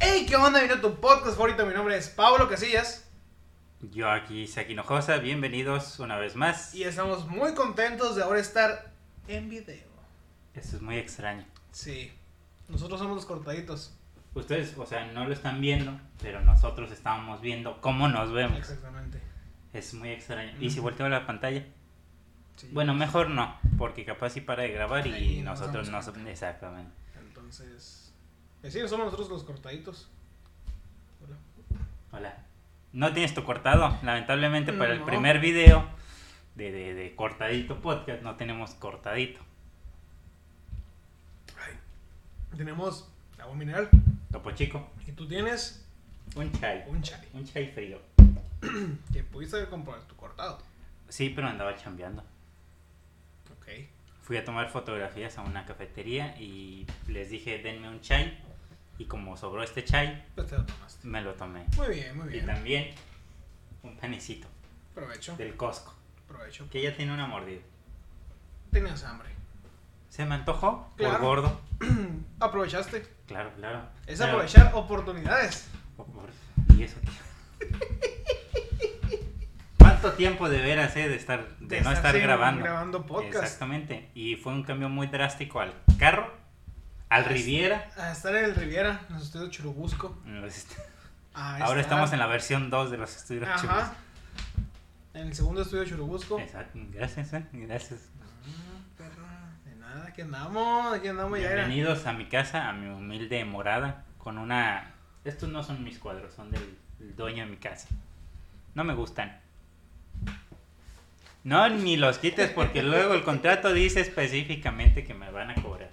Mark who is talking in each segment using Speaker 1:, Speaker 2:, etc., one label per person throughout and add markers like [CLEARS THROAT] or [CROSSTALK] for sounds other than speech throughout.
Speaker 1: Hey, ¿qué onda? Vino tu podcast favorito. Mi nombre es Pablo Casillas.
Speaker 2: Yo aquí, Saki Hinojosa, bienvenidos una vez más.
Speaker 1: Y estamos muy contentos de ahora estar en video.
Speaker 2: Esto es muy extraño.
Speaker 1: Sí. Nosotros somos los cortaditos.
Speaker 2: Ustedes, o sea, no lo están viendo, pero nosotros estábamos viendo cómo nos vemos.
Speaker 1: Exactamente.
Speaker 2: Es muy extraño.
Speaker 1: Ujú.
Speaker 2: ¿Y si volteo la pantalla?
Speaker 1: Sí.
Speaker 2: Bueno, mejor no, porque capaz sí para de grabar y
Speaker 1: Ahí nos
Speaker 2: nosotros no...
Speaker 1: damos cuenta.
Speaker 2: Exactamente.
Speaker 1: Entonces. eh, Sí, somos nosotros los cortaditos. Hola.
Speaker 2: Hola. No tienes tu cortado, lamentablemente para el
Speaker 1: No.
Speaker 2: primer video de, de- de Cortadito Podcast no tenemos cortadito.
Speaker 1: Tenemos agua mineral.
Speaker 2: Topo chico,
Speaker 1: Y tú tienes
Speaker 2: un chai,
Speaker 1: un chai.
Speaker 2: un chai frío.
Speaker 1: Que pudiste haber comprado tu cortado.
Speaker 2: Sí, pero andaba chambeando.
Speaker 1: Ok.
Speaker 2: Fui a tomar fotografías a una cafetería y les dije, denme un chai. Y como sobró este chai,
Speaker 1: Pues te lo tomaste.
Speaker 2: me lo tomé.
Speaker 1: Muy bien, muy
Speaker 2: Y
Speaker 1: bien.
Speaker 2: también un panecito
Speaker 1: Provecho.
Speaker 2: del Costco,
Speaker 1: Provecho.
Speaker 2: que ya tiene una mordida.
Speaker 1: Tenías hambre. [CLEARS THROAT]
Speaker 2: ¿Se me antojó?
Speaker 1: Claro.
Speaker 2: Por gordo.
Speaker 1: Aprovechaste.
Speaker 2: Claro, claro.
Speaker 1: Es
Speaker 2: Pero-
Speaker 1: aprovechar oportunidades.
Speaker 2: por- por- ¿Y eso
Speaker 1: [LAUGHS]
Speaker 2: qué? ¿Cuánto tiempo de veras, eh, de estar, de, no estar
Speaker 1: sin-
Speaker 2: grabando?
Speaker 1: Grabando podcast.
Speaker 2: Exactamente. Y fue un cambio muy drástico al carro, al
Speaker 1: Ah,
Speaker 2: Riviera. este,
Speaker 1: A estar en el Riviera, en los estudios Churubusco.
Speaker 2: Los-
Speaker 1: a
Speaker 2: Ahora
Speaker 1: estar-
Speaker 2: estamos en la versión 2 de los estudios chicos.
Speaker 1: Ajá. En el segundo estudio Churubusco.
Speaker 2: Exacto. Gracias, eh, gracias.
Speaker 1: Ah, perra, De nada, aquí andamos, aquí andamos ya era.
Speaker 2: Bienvenidos a mi casa, a mi humilde morada, con una... Estos no son mis cuadros, son del, del dueño de mi casa. No me gustan. No, ni los quites porque luego el contrato dice específicamente que me van a cobrar.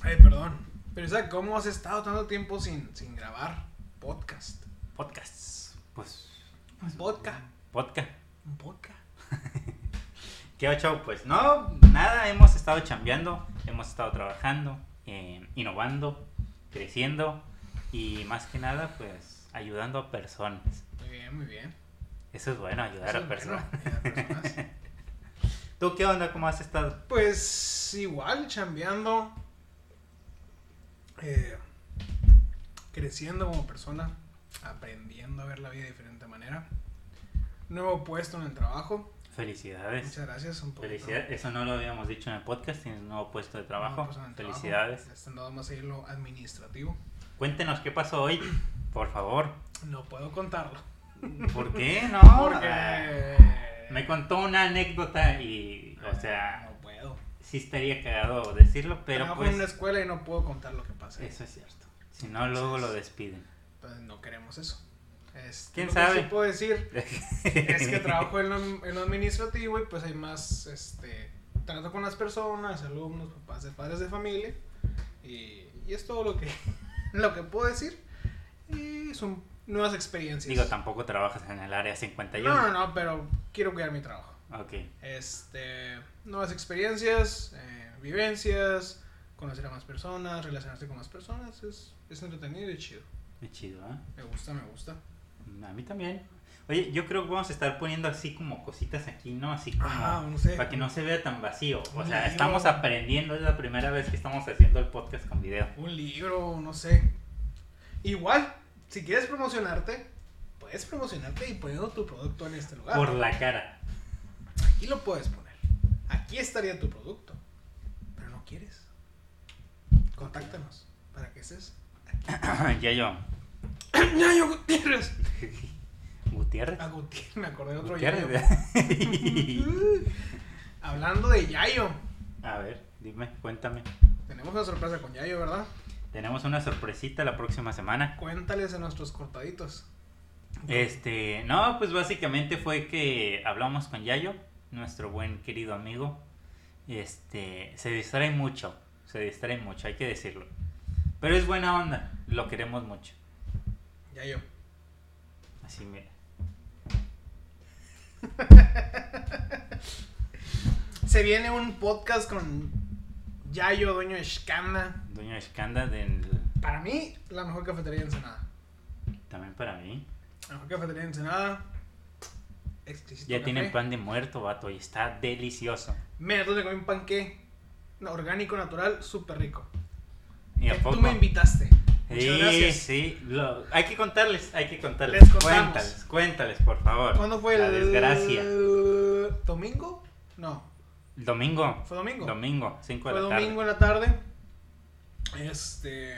Speaker 1: Ay, perdón. Pero, o sea, ¿cómo has estado tanto tiempo sin, sin grabar podcast?
Speaker 2: Podcasts. Pues...
Speaker 1: Un podcast.
Speaker 2: Podcast.
Speaker 1: Un podcast.
Speaker 2: ¿Qué ha hecho? Pues no, nada, hemos estado chambeando, hemos estado trabajando, eh, innovando, creciendo y más que nada, pues ayudando a personas.
Speaker 1: Muy bien, muy bien.
Speaker 2: Eso es bueno, ayudar
Speaker 1: Eso
Speaker 2: a
Speaker 1: es
Speaker 2: personas.
Speaker 1: bueno, ayudar a
Speaker 2: [LAUGHS]
Speaker 1: personas.
Speaker 2: ¿Tú qué onda? ¿Cómo has estado?
Speaker 1: Pues igual, chambeando. eh, creciendo como persona. Aprendiendo a ver la vida de diferente manera. Nuevo puesto en el trabajo.
Speaker 2: Felicidades.
Speaker 1: Muchas gracias. Un poquito-
Speaker 2: Pues, Felicidades. Eso no lo habíamos dicho en el podcast, tienes un nuevo puesto de trabajo.
Speaker 1: nuevo puesto pues, en el trabajo.
Speaker 2: Felicidades.
Speaker 1: Está nada más ahí lo administrativo.
Speaker 2: Cuéntenos qué pasó hoy, por favor.
Speaker 1: No puedo contarlo. [LAUGHS]
Speaker 2: ¿Por qué? No.
Speaker 1: Porque.
Speaker 2: Me contó una anécdota y, o sea,
Speaker 1: Ah, No puedo.
Speaker 2: sí estaría cagado decirlo, pero
Speaker 1: Trabajo
Speaker 2: pues...
Speaker 1: en una escuela y no puedo contar lo que pasa.
Speaker 2: Eso es cierto. Si no, luego lo despiden.
Speaker 1: Pues no queremos eso. Este,
Speaker 2: ¿Quién
Speaker 1: lo que
Speaker 2: sabe?
Speaker 1: sí puedo decir es que trabajo en lo, en lo administrativo y pues hay más este trato con las personas, alumnos, papás de padres de familia y, y es todo lo que [LAUGHS] lo que puedo decir y son nuevas experiencias.
Speaker 2: [LAUGHS] Digo, tampoco trabajas en el área 51.
Speaker 1: no, no, no, pero quiero cuidar mi trabajo.
Speaker 2: Ok.
Speaker 1: Este, nuevas experiencias, eh, vivencias, conocer a más personas, relacionarse con más personas, es, es entretenido y chido.
Speaker 2: Qué chido, ¿eh?
Speaker 1: Me gusta, me gusta.
Speaker 2: A mí también. Oye, yo creo que vamos a estar poniendo así como cositas aquí, ¿no? Así como...
Speaker 1: Ah, no sé.
Speaker 2: Para que no se vea tan vacío. O
Speaker 1: Un
Speaker 2: sea,
Speaker 1: libro.
Speaker 2: estamos aprendiendo. Es la primera vez que estamos haciendo el podcast con video.
Speaker 1: Un libro, no sé. Igual, si quieres promocionarte, puedes promocionarte y poniendo tu producto en este lugar.
Speaker 2: Por la cara. [COUGHS]
Speaker 1: Aquí lo puedes poner. Aquí estaría tu producto. Pero no quieres. Contáctanos para que estés. [COUGHS]
Speaker 2: ya yo.
Speaker 1: Yayo Gutiérrez.
Speaker 2: Gutiérrez.
Speaker 1: Ah, Gutiérrez, me acordé de otro
Speaker 2: Gutiérrez.
Speaker 1: Yayo.
Speaker 2: [LAUGHS]
Speaker 1: Hablando de Yayo,
Speaker 2: a ver, dime, cuéntame.
Speaker 1: tenemos una sorpresa con Yayo, ¿verdad?
Speaker 2: Tenemos una sorpresita la próxima semana.
Speaker 1: Cuéntales a nuestros cortaditos.
Speaker 2: Este, no, pues básicamente fue que hablamos con Yayo, nuestro buen querido amigo. Este, se distrae mucho, se distrae mucho, hay que decirlo. Pero es buena onda, lo queremos mucho.
Speaker 1: Yayo.
Speaker 2: Así mira.
Speaker 1: Se viene un podcast con Yayo, dueño de Shkanda.
Speaker 2: Dueño de Shkanda del-
Speaker 1: Para mí, la mejor cafetería de Ensenada.
Speaker 2: también para mí.
Speaker 1: La mejor cafetería de Ensenada. Exquisito.
Speaker 2: Ya
Speaker 1: café.
Speaker 2: tienen pan de muerto, vato, y está delicioso.
Speaker 1: Mira, tú te comí un panqué. no, orgánico, natural, súper rico.
Speaker 2: Y a
Speaker 1: Que
Speaker 2: poco.
Speaker 1: Tú Eh, me invitaste.
Speaker 2: Sí,
Speaker 1: Muchas
Speaker 2: Sí,
Speaker 1: gracias.
Speaker 2: sí. lo- hay que contarles, hay que contarles.
Speaker 1: Les contamos.
Speaker 2: cuéntales, cuéntales, por favor.
Speaker 1: ¿Cuándo fue
Speaker 2: la
Speaker 1: el
Speaker 2: desgracia?
Speaker 1: domingo? No,
Speaker 2: Domingo.
Speaker 1: fue domingo.
Speaker 2: Domingo, 5
Speaker 1: fue
Speaker 2: de la
Speaker 1: domingo
Speaker 2: tarde.
Speaker 1: en la tarde. Este.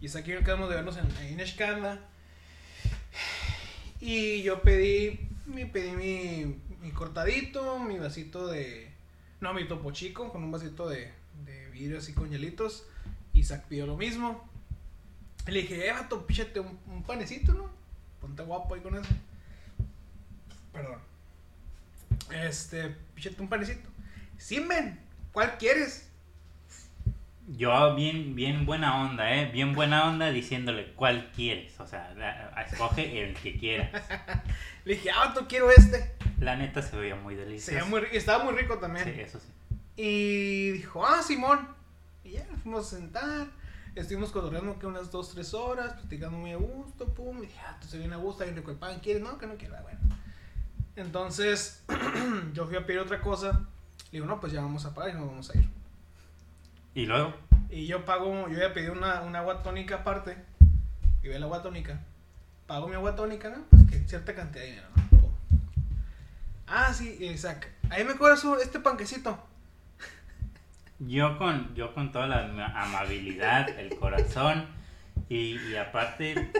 Speaker 1: Y está aquí acabamos de vernos en, en Escanda. Y yo pedí. Me pedí mi, mi cortadito, mi vasito de. No, mi topo chico, con un vasito de, de vidrio así con hielitos. Isaac pidió lo mismo. Y le dije, eh, vato, píchate un, un panecito, ¿no? Ponte guapo ahí con eso. Perdón. Este, píchate un panecito. Simen, ¿cuál quieres?
Speaker 2: Yo bien, bien buena onda, eh. Bien buena onda diciéndole cuál quieres. O sea, la- escoge el que quieras.
Speaker 1: Le dije, ah, tú quiero este.
Speaker 2: La neta se veía muy
Speaker 1: Se
Speaker 2: delicioso.
Speaker 1: veía muy ri- estaba muy rico
Speaker 2: Sí,
Speaker 1: también.
Speaker 2: eso sí.
Speaker 1: Y dijo, ah, Simón. Y ya, nos fuimos a sentar. Estuvimos cotorreando que unas 2, 3 horas, platicando muy a gusto, pum. Y dije, ah, tú se viene a gusto, ahí rico el pan, ¿quieres? No, que no quiero, ah, bueno. Entonces, [CLEARS THROAT] yo fui a pedir otra cosa. Le digo, no, pues ya vamos a pagar y nos vamos a ir.
Speaker 2: Y luego,
Speaker 1: Y yo pago, yo ya pedí una, una agua tónica aparte. Y ve la agua tónica. Pago mi agua tónica, ¿no? Pues que cierta cantidad de dinero. ¿no? Pum. Ah, sí, Isaac. Ahí me cobras un- este panquecito.
Speaker 2: yo con, yo con toda la ama- amabilidad, el corazón. Y, y aparte,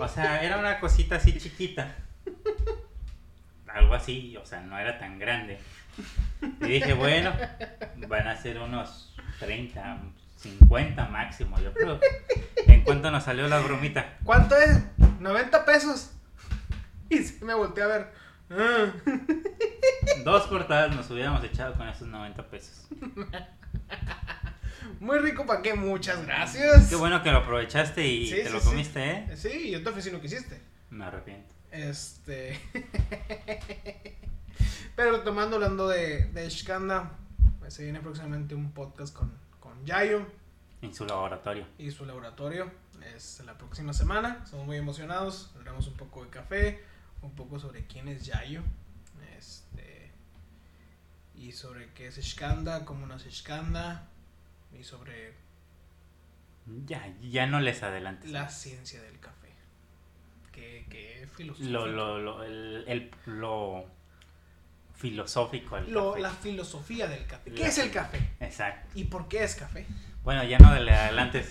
Speaker 2: o sea, era una cosita así chiquita. Algo así, o sea, no era tan grande. Y dije, bueno, van a ser unos 30, 50 máximo, yo creo. En cuanto nos salió la bromita.
Speaker 1: ¿Cuánto es? 90 pesos. [LAUGHS] Y se me volteé a ver. Ah. [LAUGHS]
Speaker 2: Dos cortadas nos hubiéramos echado con esos 90 pesos.
Speaker 1: Muy rico pa' qué, muchas gracias.
Speaker 2: Qué bueno que lo aprovechaste y
Speaker 1: Sí,
Speaker 2: te
Speaker 1: sí,
Speaker 2: lo
Speaker 1: sí.
Speaker 2: comiste, ¿eh?
Speaker 1: Sí, yo te ofrecí lo que hiciste.
Speaker 2: Me arrepiento.
Speaker 1: Este. [LAUGHS] Pero retomando, hablando de, de Shkanda, pues, se viene próximamente un podcast con, con Yayo
Speaker 2: En su laboratorio.
Speaker 1: y su laboratorio. Es la próxima semana. Estamos muy emocionados. Hablaremos un poco de café, un poco sobre quién es Yayo. Este. Y sobre qué es Shkanda, cómo nace Shkanda. Y sobre
Speaker 2: Ya, ya no les adelantes.
Speaker 1: la ciencia del café. Que, que es filosófico.
Speaker 2: Lo, lo, lo, el, el- lo filosófico. El
Speaker 1: Lo-
Speaker 2: café.
Speaker 1: la filosofía del café. ¿Qué
Speaker 2: La
Speaker 1: es el
Speaker 2: filo-
Speaker 1: café?
Speaker 2: Exacto.
Speaker 1: ¿Y por qué es café?
Speaker 2: Bueno, ya no
Speaker 1: [LAUGHS]
Speaker 2: le adelantes.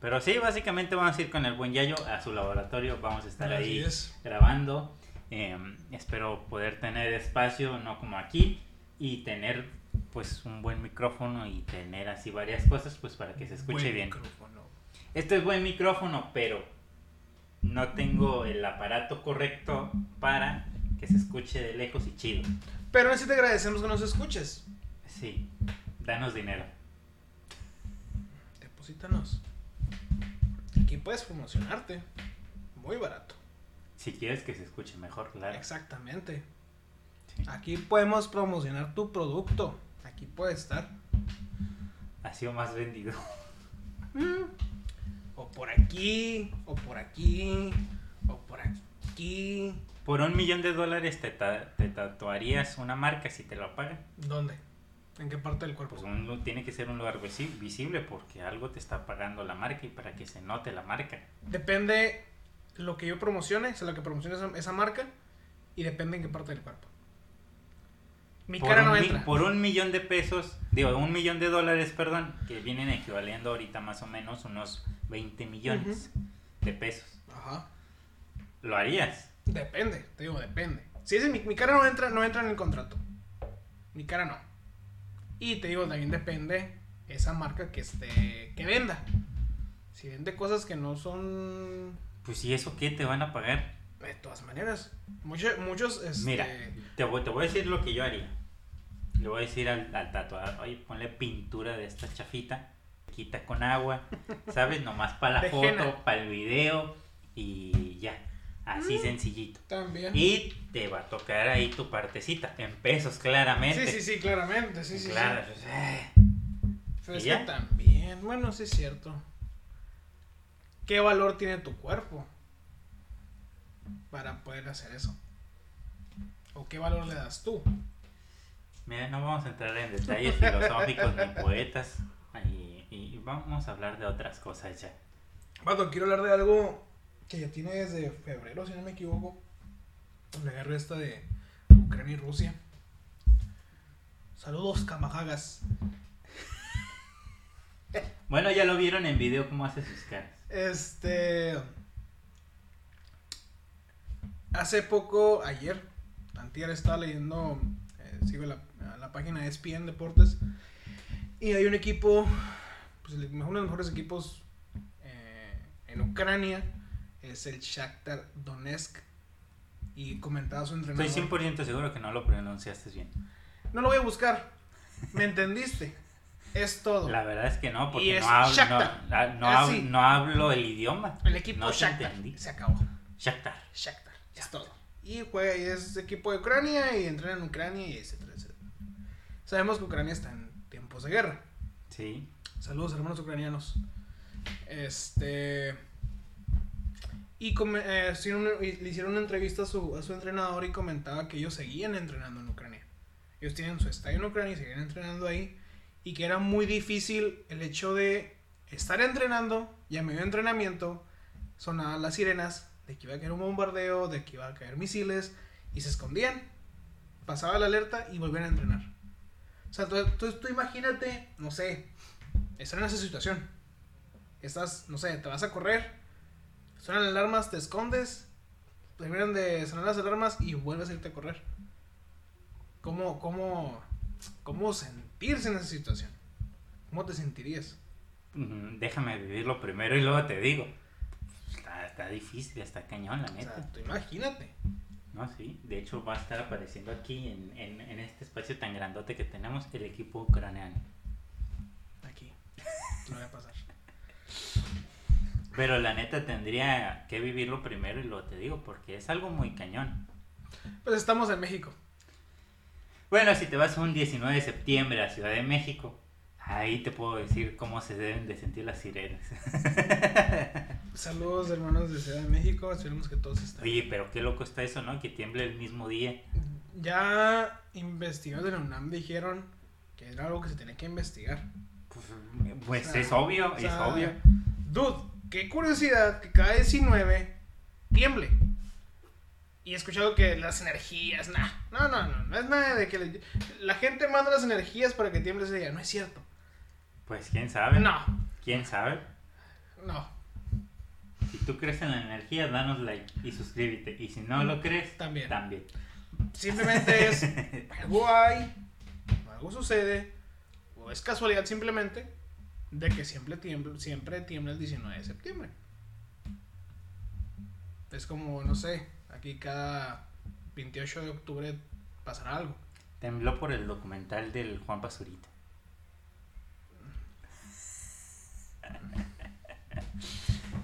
Speaker 2: Pero sí, básicamente vamos a ir con el buen Yayo a su laboratorio. Vamos a estar ahí.
Speaker 1: Así es.
Speaker 2: grabando. Eh, espero poder tener espacio, no como aquí, y tener pues un buen micrófono y tener así varias cosas pues para que se escuche
Speaker 1: Buen
Speaker 2: bien.
Speaker 1: micrófono.
Speaker 2: Este es buen micrófono, pero no tengo el aparato correcto para que se escuche de lejos y chido.
Speaker 1: Pero sí te agradecemos que nos escuches.
Speaker 2: Sí, danos dinero.
Speaker 1: Deposítanos. Aquí puedes promocionarte. Muy barato.
Speaker 2: Si quieres que se escuche mejor, claro.
Speaker 1: Exactamente.
Speaker 2: Sí.
Speaker 1: Aquí podemos promocionar tu producto. Aquí puede estar.
Speaker 2: Ha sido más vendido.
Speaker 1: Mm. O por aquí, o por aquí, o por aquí.
Speaker 2: Por un millón de dólares te, ta- te tatuarías una marca si te lo pagan.
Speaker 1: ¿Dónde? ¿En qué parte del cuerpo?
Speaker 2: Pues un lu- tiene que ser un lugar visi- visible porque algo te está pagando la marca y para que se note la marca.
Speaker 1: Depende lo que yo promocione, o sea, lo que promocione esa, esa marca, y depende en qué parte del cuerpo. Mi
Speaker 2: por,
Speaker 1: cara
Speaker 2: un
Speaker 1: no
Speaker 2: mi-
Speaker 1: entra.
Speaker 2: por un millón de pesos, digo, un millón de dólares, perdón, que vienen equivaliendo ahorita más o menos unos 20 millones de pesos.
Speaker 1: Ajá.
Speaker 2: ¿Lo harías?
Speaker 1: Depende, te digo, depende. Si dices mi, mi cara no entra, no entra en el contrato. Mi cara no. Y te digo, también depende esa marca que esté. que venda. Si vende cosas que no son.
Speaker 2: Pues ¿y eso qué te van a pagar?
Speaker 1: De todas maneras. Muchos, muchos este,
Speaker 2: Mira, te voy, te voy a decir lo que yo haría. Le voy a decir al, al tatuador, oye, ponle pintura de esta chafita, quita
Speaker 1: [LAUGHS]
Speaker 2: con agua, ¿sabes? Nomás para la
Speaker 1: De
Speaker 2: foto,
Speaker 1: henna. Mm.
Speaker 2: para el video y ya. Así sencillito.
Speaker 1: También.
Speaker 2: Y te va a tocar ahí tu partecita, en pesos claramente.
Speaker 1: Sí, sí, sí, claramente. Sí, sí, sí.
Speaker 2: Claro, pues, eh.
Speaker 1: Pero es
Speaker 2: ¿Y ya?
Speaker 1: que también, bueno, sí es cierto. ¿Qué valor tiene tu cuerpo para poder hacer eso? ¿O qué valor le das tú?
Speaker 2: Mira, no vamos a entrar en detalles filosóficos ni poetas. Ahí y vamos a hablar de otras cosas ya.
Speaker 1: Vato, quiero hablar de algo que ya tiene desde febrero, si no me equivoco. La guerra esta de Ucrania y Rusia. Saludos, Kamahagas.
Speaker 2: Bueno, ya lo vieron en video cómo hace sus caras.
Speaker 1: Este. Hace poco, ayer, Antier estaba leyendo, eh, sigo la, la página de E ESPN Deportes, y hay un equipo, pues el- uno de los mejores equipos eh, en Ucrania, es el Shakhtar Donetsk, y comentaba su entrenador.
Speaker 2: Estoy 100% seguro que no lo pronunciaste bien.
Speaker 1: No lo voy a buscar, ¿me entendiste? Es todo.
Speaker 2: La verdad es que no,
Speaker 1: Y
Speaker 2: porque
Speaker 1: es
Speaker 2: no hablo,
Speaker 1: Shakhtar.
Speaker 2: no, ah, no
Speaker 1: Ah,
Speaker 2: hab-
Speaker 1: sí.
Speaker 2: no hablo el idioma.
Speaker 1: El equipo
Speaker 2: No te
Speaker 1: Shakhtar
Speaker 2: entendí.
Speaker 1: se acabó.
Speaker 2: Shakhtar.
Speaker 1: Shakhtar. Es todo. Y juega y es equipo de Ucrania y entrena en Ucrania y etcétera, etcétera. Sabemos que Ucrania está en tiempos de guerra.
Speaker 2: Sí.
Speaker 1: Saludos hermanos ucranianos. Este y come- eh, hicieron una- y le hicieron una entrevista a su, a su entrenador y comentaba que ellos seguían entrenando en Ucrania. Ellos tienen su estadio en Ucrania y seguían entrenando ahí y que era muy difícil el hecho de estar entrenando y a medio de entrenamiento sonaban las sirenas de que iba a caer un bombardeo, de que iba a caer misiles y se escondían. Pasaba la alerta y volvían a entrenar. O sea, tú, tú- tú imagínate, no sé, estar en esa situación. Estás, no sé, te vas a correr, suenan alarmas, te escondes, terminan de sonar las alarmas y vuelves a irte a correr. ¿Cómo, cómo, cómo sentirse en esa situación? ¿Cómo te sentirías?
Speaker 2: Mm, Déjame vivirlo primero y luego te digo. Está, está difícil, está cañón, la
Speaker 1: O
Speaker 2: neta.
Speaker 1: sea, tú imagínate.
Speaker 2: No, sí. De hecho, va a estar apareciendo aquí en, en- en este espacio tan grandote que tenemos el equipo ucraniano.
Speaker 1: Aquí. No voy a pasar.
Speaker 2: Pero la neta tendría que vivirlo primero y luego te digo, porque es algo muy cañón.
Speaker 1: Pues estamos en México.
Speaker 2: Bueno, si te vas un 19 de septiembre a Ciudad de México, ahí te puedo decir cómo se deben de sentir las sirenas.
Speaker 1: [LAUGHS] Saludos hermanos de Ciudad de México. Esperemos que todos estén.
Speaker 2: Oye, pero qué loco está eso, ¿no? Que tiemble el mismo día.
Speaker 1: Ya investigadores de la UNAM dijeron que era algo que se tenía que investigar.
Speaker 2: Pues, pues
Speaker 1: O sea,
Speaker 2: es obvio,
Speaker 1: o sea,
Speaker 2: es obvio.
Speaker 1: Dude, qué curiosidad que cada 19 tiemble. Y he escuchado que las energías, nah, no, no, no, no es nada de que le- la gente manda las energías para que tiemble ese día, no es cierto.
Speaker 2: Pues quién sabe.
Speaker 1: No,
Speaker 2: ¿Quién sabe?
Speaker 1: no,
Speaker 2: Si tú crees en la energía, danos like y suscríbete. Y si no lo crees,
Speaker 1: Mm, También.
Speaker 2: también.
Speaker 1: simplemente es algo hay, algo sucede, o es casualidad simplemente de que siempre tiembla, siempre tiembla el 19 de septiembre. Es como, no sé, aquí cada 28 de octubre pasará algo.
Speaker 2: Tembló por el documental del Juan Pazurita. [LAUGHS]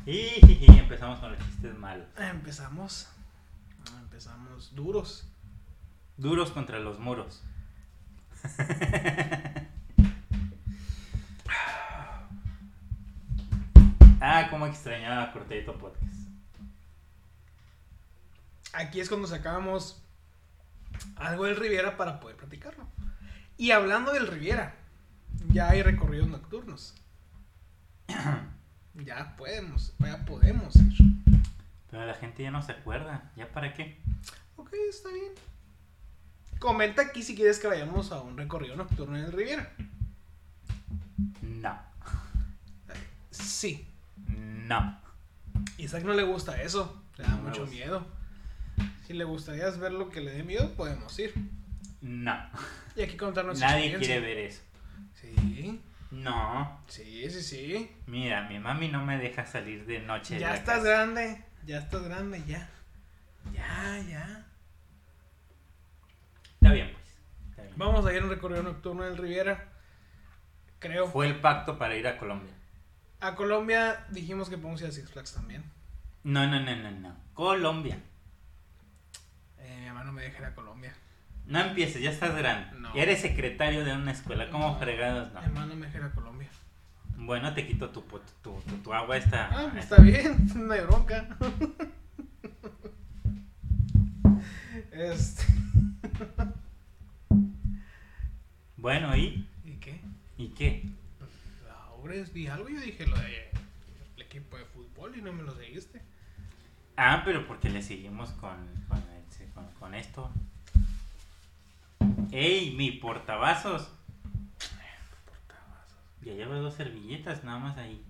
Speaker 2: Y empezamos con los chistes malos.
Speaker 1: Empezamos. Empezamos duros.
Speaker 2: Duros contra los muros. [LAUGHS] ah, cómo extrañaba a Cortadito Podcast.
Speaker 1: Aquí es cuando sacábamos algo del Riviera para poder platicarlo. Y hablando del Riviera, ya hay recorridos nocturnos.
Speaker 2: [CLEARS THROAT]
Speaker 1: ya podemos, ya podemos ir.
Speaker 2: Pero la gente ya no se acuerda. ¿Ya para qué?
Speaker 1: Ok, está bien. Comenta aquí si quieres que vayamos a un recorrido nocturno en el Riviera.
Speaker 2: No.
Speaker 1: Sí.
Speaker 2: No.
Speaker 1: Isaac no le gusta eso. Le da
Speaker 2: No me
Speaker 1: mucho
Speaker 2: gusta.
Speaker 1: miedo. Si le gustaría ver lo que le dé miedo, podemos ir.
Speaker 2: No.
Speaker 1: Y aquí contar nuestra
Speaker 2: Nadie
Speaker 1: experiencia.
Speaker 2: quiere ver eso.
Speaker 1: Sí,
Speaker 2: No.
Speaker 1: sí, sí, sí.
Speaker 2: Mira, mi mami no me deja salir de noche. de
Speaker 1: ya
Speaker 2: la
Speaker 1: estás
Speaker 2: casa.
Speaker 1: grande, ya estás grande, ya. Ya, ya.
Speaker 2: Está bien, pues. Está bien.
Speaker 1: Vamos a ir a un recorrido nocturno en el Riviera. Creo.
Speaker 2: Fue el pacto para ir a Colombia.
Speaker 1: A Colombia dijimos que podemos ir a Six Flags también.
Speaker 2: No, no, no, no, no. Colombia.
Speaker 1: Eh, mi mamá no me deja ir a Colombia.
Speaker 2: No empieces, ya estás grande.
Speaker 1: No.
Speaker 2: Eres secretario de una escuela. ¿Cómo
Speaker 1: No.
Speaker 2: fregados no?
Speaker 1: Mi mamá no me deja ir a Colombia.
Speaker 2: Bueno, te quito tu, pot- tu, tu, tu agua esta.
Speaker 1: Ah, pues está bien, [LAUGHS] no hay bronca. Este.
Speaker 2: Bueno, ¿y?
Speaker 1: ¿Y qué?
Speaker 2: ¿Y qué?
Speaker 1: No, pobres, vi algo, yo dije lo de el equipo de fútbol y no me lo seguiste.
Speaker 2: Ah, pero porque le seguimos con, con, el- con- con esto. ¡Ey, mi portavasos! Ya llevo dos servilletas nada más ahí.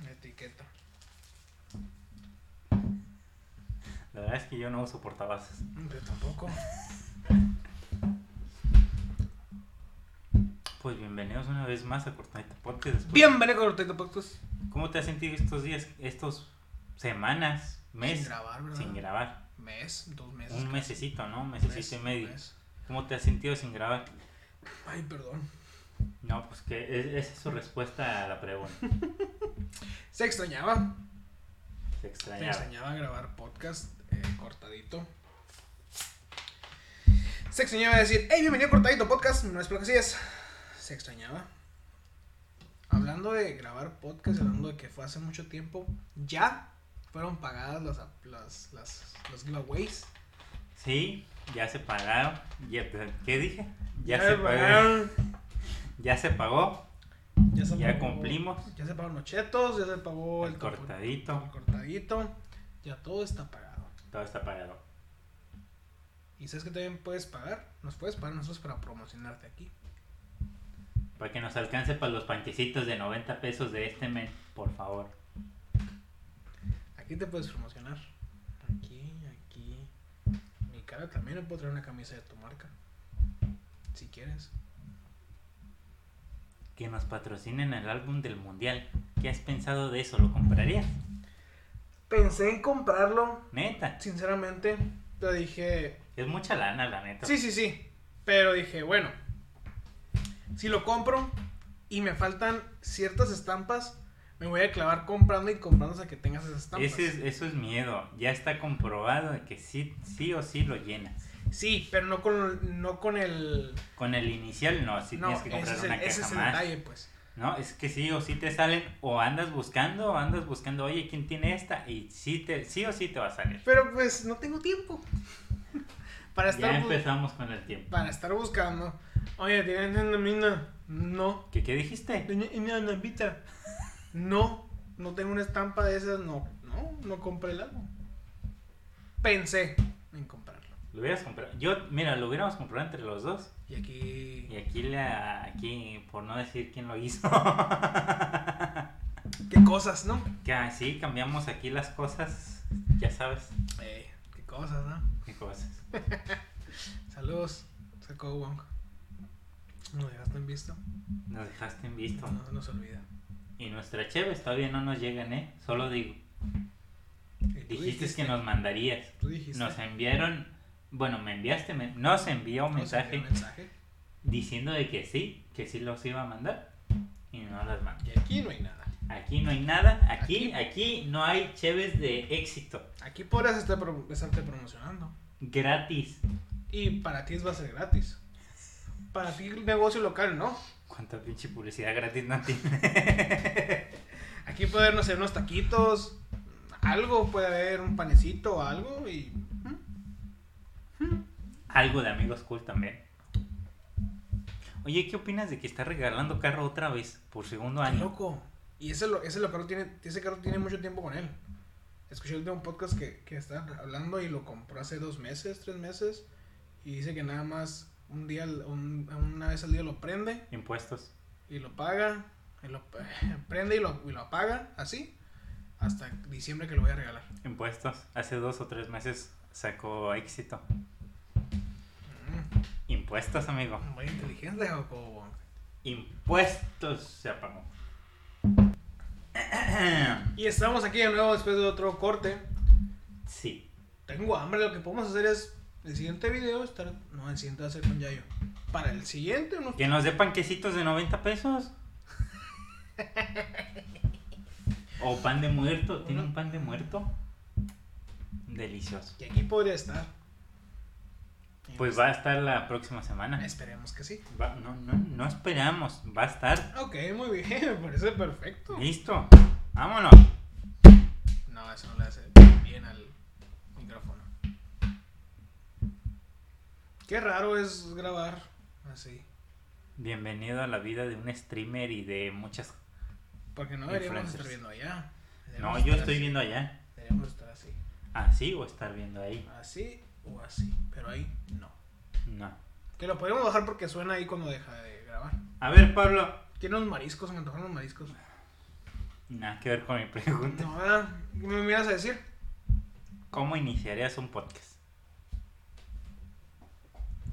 Speaker 1: Una etiqueta.
Speaker 2: La verdad es que yo no uso portavasos.
Speaker 1: Yo tampoco.
Speaker 2: Pues bienvenidos una vez más a Cortadita Podcast. Después-
Speaker 1: Bienvenido con Ortega Podcast.
Speaker 2: ¿Cómo te has sentido estos días, estos semanas, mes?
Speaker 1: Sin grabar, ¿verdad?
Speaker 2: Sin grabar.
Speaker 1: Mes, dos meses.
Speaker 2: Un mesecito, ¿no? Un mesecito y
Speaker 1: mes,
Speaker 2: medio.
Speaker 1: mes.
Speaker 2: ¿Cómo te has sentido sin grabar?
Speaker 1: Ay, perdón.
Speaker 2: No, pues que e- esa es su respuesta a la pregunta.
Speaker 1: Se extrañaba.
Speaker 2: Se
Speaker 1: Se
Speaker 2: extrañaba.
Speaker 1: extrañaba grabar podcast eh, cortadito. Se extrañaba decir, hey, bienvenido a cortadito podcast. No es que así es. Se extrañaba. Hablando de grabar podcast, hablando de que fue hace mucho tiempo, ya fueron pagadas las, las, las- los giveaways.
Speaker 2: Sí, ya se pagaron. Ya- ¿Qué dije? Ya, se pagó. Ya se pagó.
Speaker 1: Ya, se
Speaker 2: Ya
Speaker 1: pagó-
Speaker 2: cumplimos.
Speaker 1: Ya se pagaron los chetos, ya se pagó el,
Speaker 2: El
Speaker 1: topo-
Speaker 2: cortadito.
Speaker 1: el cortadito. Ya todo está pagado.
Speaker 2: Todo está pagado.
Speaker 1: Y sabes que también puedes pagar, nos puedes pagar nosotros para promocionarte aquí.
Speaker 2: Para que nos alcance para los panquecitos de 90 pesos de este mes, por favor.
Speaker 1: Aquí te puedes promocionar. Aquí, aquí. Mi cara también le puedo traer una camisa de tu marca. Si quieres.
Speaker 2: Que nos patrocinen el álbum del mundial. ¿Qué has pensado de eso? ¿Lo comprarías?
Speaker 1: Pensé en comprarlo,
Speaker 2: Neta.
Speaker 1: sinceramente. Pero dije,
Speaker 2: Es mucha lana, la neta.
Speaker 1: sí, sí, sí. Pero dije, bueno, si lo compro y me faltan ciertas estampas, me voy a clavar comprando y comprando hasta que tengas esas estampas.
Speaker 2: Ese es- eso es miedo. Ya está comprobado de que sí, sí o sí lo llenas.
Speaker 1: Sí, pero no con, no con el...
Speaker 2: Con el inicial no, sí
Speaker 1: no,
Speaker 2: tienes que
Speaker 1: ese
Speaker 2: comprar
Speaker 1: es el,
Speaker 2: una
Speaker 1: ese
Speaker 2: caja
Speaker 1: es el
Speaker 2: más.
Speaker 1: detalle, pues.
Speaker 2: No, es que sí o sí te salen o andas buscando o andas buscando, oye, ¿quién tiene esta? Y sí, te, sí o sí te va a salir.
Speaker 1: Pero pues no tengo tiempo. [LAUGHS] Para
Speaker 2: Ya
Speaker 1: estar, bu-
Speaker 2: empezamos con el tiempo.
Speaker 1: para estar buscando. Oye, ¿tienen una mina? No.
Speaker 2: ¿Qué, qué dijiste?
Speaker 1: ¿Tienen una nampita? No. No tengo una estampa de esas. No. No, no compré el álbum. Pensé en comprarlo.
Speaker 2: Lo hubieras comprado. Yo, mira, lo hubiéramos comprado entre los dos.
Speaker 1: Y aquí.
Speaker 2: Y aquí, la, aquí por no decir quién lo hizo. [LAUGHS]
Speaker 1: Qué cosas, ¿no?
Speaker 2: que así cambiamos aquí las cosas. Ya sabes
Speaker 1: Eh, qué cosas, ¿no?
Speaker 2: qué cosas.
Speaker 1: Saludos. Sacó Wong. Nos dejaste en visto.
Speaker 2: Nos dejaste en visto.
Speaker 1: No se nos olvida.
Speaker 2: Y nuestra Cheves todavía no nos llegan, ¿eh? Solo digo.
Speaker 1: Y tú
Speaker 2: Dijiste, que nos mandarías.
Speaker 1: Tú dijiste.
Speaker 2: Nos enviaron, bueno, me enviaste, me- nos envió un
Speaker 1: Nos
Speaker 2: mensaje
Speaker 1: envió un mensaje.
Speaker 2: diciendo de que sí, que sí los iba a mandar y no las mandó.
Speaker 1: Y aquí no hay nada.
Speaker 2: Aquí no hay nada, aquí, aquí no hay cheves de éxito,
Speaker 1: Aquí podrás estar pro- estarte promocionando.
Speaker 2: gratis.
Speaker 1: Y para ti va a ser gratis. Para ti el negocio local, ¿no?
Speaker 2: ¿Cuánta pinche publicidad gratis no tiene?
Speaker 1: Aquí puede haber, no sé, unos taquitos, algo, puede haber un panecito o algo y... ¿Mm?
Speaker 2: Algo de amigos cool también. Oye, ¿qué opinas de que está regalando carro otra vez por segundo
Speaker 1: ¡Qué
Speaker 2: año?
Speaker 1: loco! Y ese, lo, ese, lo carro tiene, ese carro tiene mucho tiempo con él. Escuché el de un podcast que, que estaban hablando y lo compró hace dos meses, tres meses. Y dice que nada más un día, al- un- una vez al día lo prende
Speaker 2: Impuestos.
Speaker 1: y lo paga, y lo [LAUGHS] prende y lo, y lo apaga, así, hasta diciembre que lo voy a regalar.
Speaker 2: Impuestos. Hace dos o tres meses sacó éxito.
Speaker 1: Mm.
Speaker 2: Impuestos, amigo.
Speaker 1: Muy inteligente, Jacobo.
Speaker 2: Impuestos se apagó. [CLEARS THROAT]
Speaker 1: Y estamos aquí de nuevo después de otro corte.
Speaker 2: Sí,
Speaker 1: Tengo hambre, lo que podemos hacer es el siguiente video estar. No, el siguiente va a ser con Yayo. Para el siguiente, uno.
Speaker 2: que nos dé panquecitos de
Speaker 1: [LAUGHS]
Speaker 2: 90 pesos. O pan de muerto, ¿tiene un pan de muerto? Delicioso.
Speaker 1: Que aquí podría estar. Y
Speaker 2: Pues va a estar la próxima semana.
Speaker 1: Esperemos que sí.
Speaker 2: Va- no, no, no esperamos, va a estar
Speaker 1: Ok, muy bien, [LAUGHS] me parece perfecto.
Speaker 2: listo. Vámonos.
Speaker 1: No, eso no le hace bien al micrófono. Qué raro es grabar Así.
Speaker 2: Bienvenido a la vida de un streamer y de muchas...
Speaker 1: Porque no deberíamos estar
Speaker 2: Influencers.
Speaker 1: viendo allá.
Speaker 2: No,
Speaker 1: Deberíamos
Speaker 2: yo
Speaker 1: estar
Speaker 2: estoy
Speaker 1: así.
Speaker 2: viendo allá. Ah,
Speaker 1: Deberíamos estar así.
Speaker 2: Así o estar viendo ahí.
Speaker 1: Así o así. Pero ahí no.
Speaker 2: No.
Speaker 1: Que lo podemos bajar porque suena ahí cuando deja de grabar.
Speaker 2: A ver, Pablo.
Speaker 1: Tiene unos mariscos, se me antojaron los mariscos.
Speaker 2: Nada que ver con mi [LAUGHS] pregunta.
Speaker 1: No, ¿verdad? ¿Qué me ibas a decir?
Speaker 2: ¿Cómo iniciarías un podcast?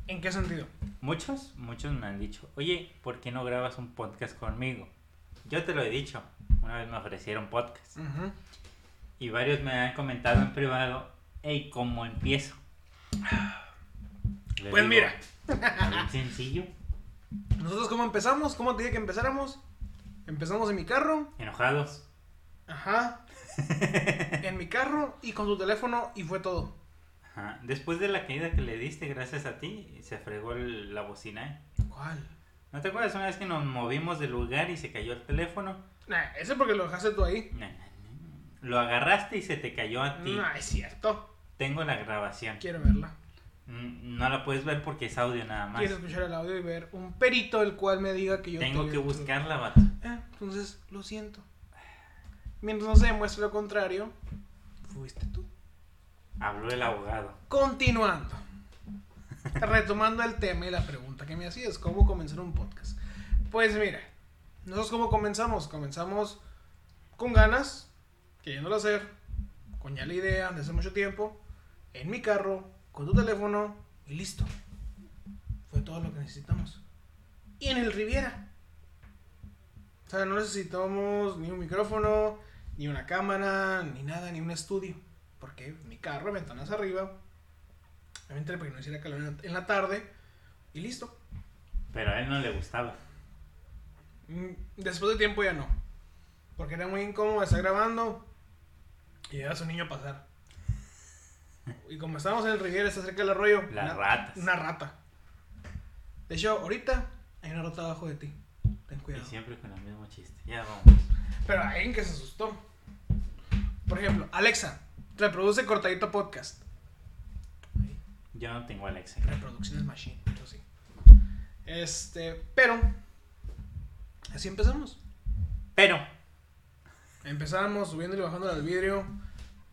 Speaker 1: ¿En qué sentido?
Speaker 2: Muchos, muchos me han dicho, oye, ¿por qué no grabas un podcast conmigo? Yo te lo he dicho, una vez me ofrecieron podcast
Speaker 1: Ujú.
Speaker 2: y varios me han comentado en privado, hey, ¿cómo empiezo? Le
Speaker 1: Pues
Speaker 2: digo,
Speaker 1: mira.
Speaker 2: "Bien sencillo,
Speaker 1: Nosotros cómo empezamos, cómo te dije que empezáramos. Empezamos en mi carro,
Speaker 2: enojados. [LAUGHS]
Speaker 1: ajá, en mi carro y con tu teléfono y fue todo.
Speaker 2: Ajá. Después de la caída que le diste, gracias a ti, se fregó el- la bocina. ¿eh?
Speaker 1: ¿Cuál?
Speaker 2: ¿No te acuerdas una vez que nos movimos del lugar y se cayó el teléfono?
Speaker 1: Nah, ese porque lo dejaste tú ahí.
Speaker 2: No, no, no. Lo agarraste y se te cayó a ti.
Speaker 1: No, es cierto.
Speaker 2: Tengo la grabación.
Speaker 1: Quiero verla.
Speaker 2: Mm, No la puedes ver porque es audio nada más.
Speaker 1: Quiero escuchar el audio y ver un perito el cual me diga que yo
Speaker 2: Tengo
Speaker 1: estoy
Speaker 2: que
Speaker 1: dentro.
Speaker 2: buscarla, vato.
Speaker 1: Ah, entonces, lo siento. Mientras no se demuestre lo contrario, fuiste tú.
Speaker 2: Habló el abogado.
Speaker 1: Continuando. Retomando el tema y la pregunta que me hacías, ¿cómo comenzar un podcast? Pues mira, nosotros cómo comenzamos? Comenzamos con ganas, queriéndolo hacer, con ya la idea de hace mucho tiempo, en mi carro, con tu teléfono y listo. Fue todo lo que necesitamos. Y en el Riviera. O sea, no necesitamos ni un micrófono, ni una cámara, ni nada, ni un estudio. Porque mi carro, ventanas arriba, obviamente para que no hiciera calor en la- en la tarde, y listo.
Speaker 2: Pero a él no le gustaba.
Speaker 1: Mm, Después de tiempo ya no. Porque era muy incómodo estar grabando y llevas a su niño a pasar. Y como estábamos en el Riviera, está cerca del arroyo.
Speaker 2: Las
Speaker 1: una-
Speaker 2: ratas.
Speaker 1: Una rata. De hecho, ahorita hay una rata abajo de ti. Ten
Speaker 2: Y
Speaker 1: cuidado.
Speaker 2: siempre con el mismo chiste. Ya vamos.
Speaker 1: Pero hay alguien que se asustó. Por ejemplo, Alexa, reproduce cortadito podcast.
Speaker 2: Yo no tengo Alexa.
Speaker 1: Reproducciones Machine, eso sí. Este, pero. Así empezamos.
Speaker 2: Pero,
Speaker 1: Empezábamos subiendo y bajando al vidrio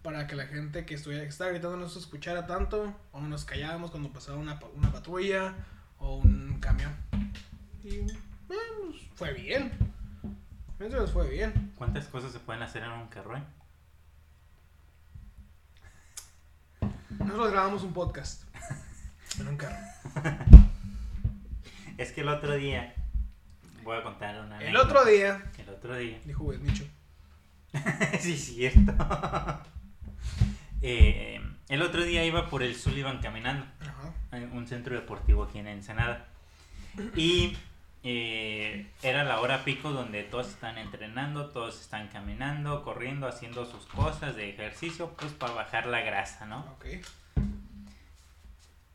Speaker 1: para que la gente que estuviera que estaba gritando no se escuchara tanto o nos callábamos cuando pasaba una, pa- una patrulla o un camión. Y eh, pues, fue bien. Eso nos fue bien.
Speaker 2: ¿cuántas cosas se pueden hacer en un carro? eh?
Speaker 1: Nosotros grabamos un podcast [LAUGHS] en un carro.
Speaker 2: Es que el otro día. Voy a contar una.
Speaker 1: El
Speaker 2: anécdota.
Speaker 1: otro día,
Speaker 2: El otro día. [LAUGHS]
Speaker 1: dijo Micho
Speaker 2: sí, es cierto. Eh, el otro día iba por el Sullivan caminando.
Speaker 1: Ajá.
Speaker 2: en un centro deportivo aquí en Ensenada. Y eh, era la hora pico donde todos están entrenando, todos están caminando, corriendo, haciendo sus cosas de ejercicio, pues para bajar la grasa, ¿no?
Speaker 1: Ok.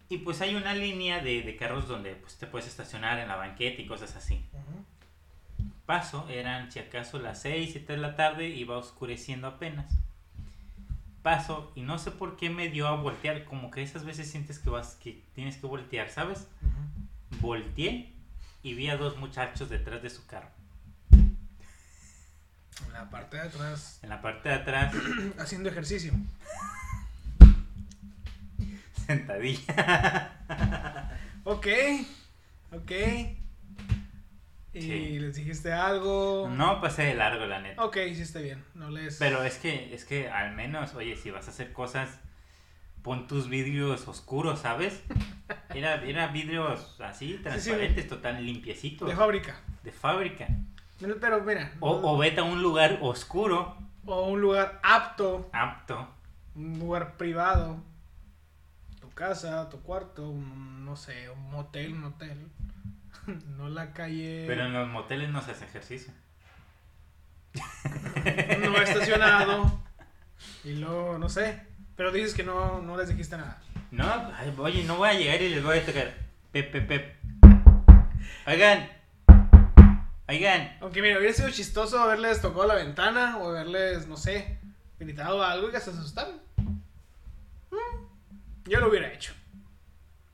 Speaker 2: Y pues hay una línea de, de carros donde pues, te puedes estacionar en la banqueta y cosas así.
Speaker 1: Ujú.
Speaker 2: Paso, eran si acaso las 6, 7 de la tarde, iba oscureciendo apenas. Paso y no sé por qué me dio a voltear, como que esas veces sientes que vas, que tienes que voltear, ¿sabes?
Speaker 1: Ujú.
Speaker 2: Volteé y vi a dos muchachos detrás de su carro.
Speaker 1: En la parte de atrás,
Speaker 2: En la parte de atrás, [LAUGHS]
Speaker 1: [CLEARS THROAT] haciendo ejercicio.
Speaker 2: sentadilla.
Speaker 1: Ok. Ok. Y
Speaker 2: Sí.
Speaker 1: les dijiste algo.
Speaker 2: No pasé de largo, la neta.
Speaker 1: Ok, hiciste bien. No les.
Speaker 2: Pero es que, es que al menos, oye, si vas a hacer cosas, pon tus vidrios oscuros,
Speaker 1: [LAUGHS]
Speaker 2: ¿sabes? Era, era vidrios así, transparentes, total limpiecitos,
Speaker 1: De fábrica.
Speaker 2: de fábrica.
Speaker 1: Mira, Pero mira.
Speaker 2: O, o vete a un lugar oscuro,
Speaker 1: o un lugar apto,
Speaker 2: apto,
Speaker 1: un lugar privado. Tu casa, tu cuarto, un- no sé, un motel, un hotel. [LAUGHS] No la calle.
Speaker 2: pero en los moteles no se hace ejercicio.
Speaker 1: No estacionado. Y luego, no sé. Pero dices que no, no les dijiste nada.
Speaker 2: No, ay, oye, no voy a llegar y les voy a tocar. Pep, pep, pep. Oigan. Oigan.
Speaker 1: Aunque mira, hubiera sido chistoso haberles tocado la ventana o haberles, no sé, gritado algo y que se asustaron. Mm, Yo lo hubiera hecho.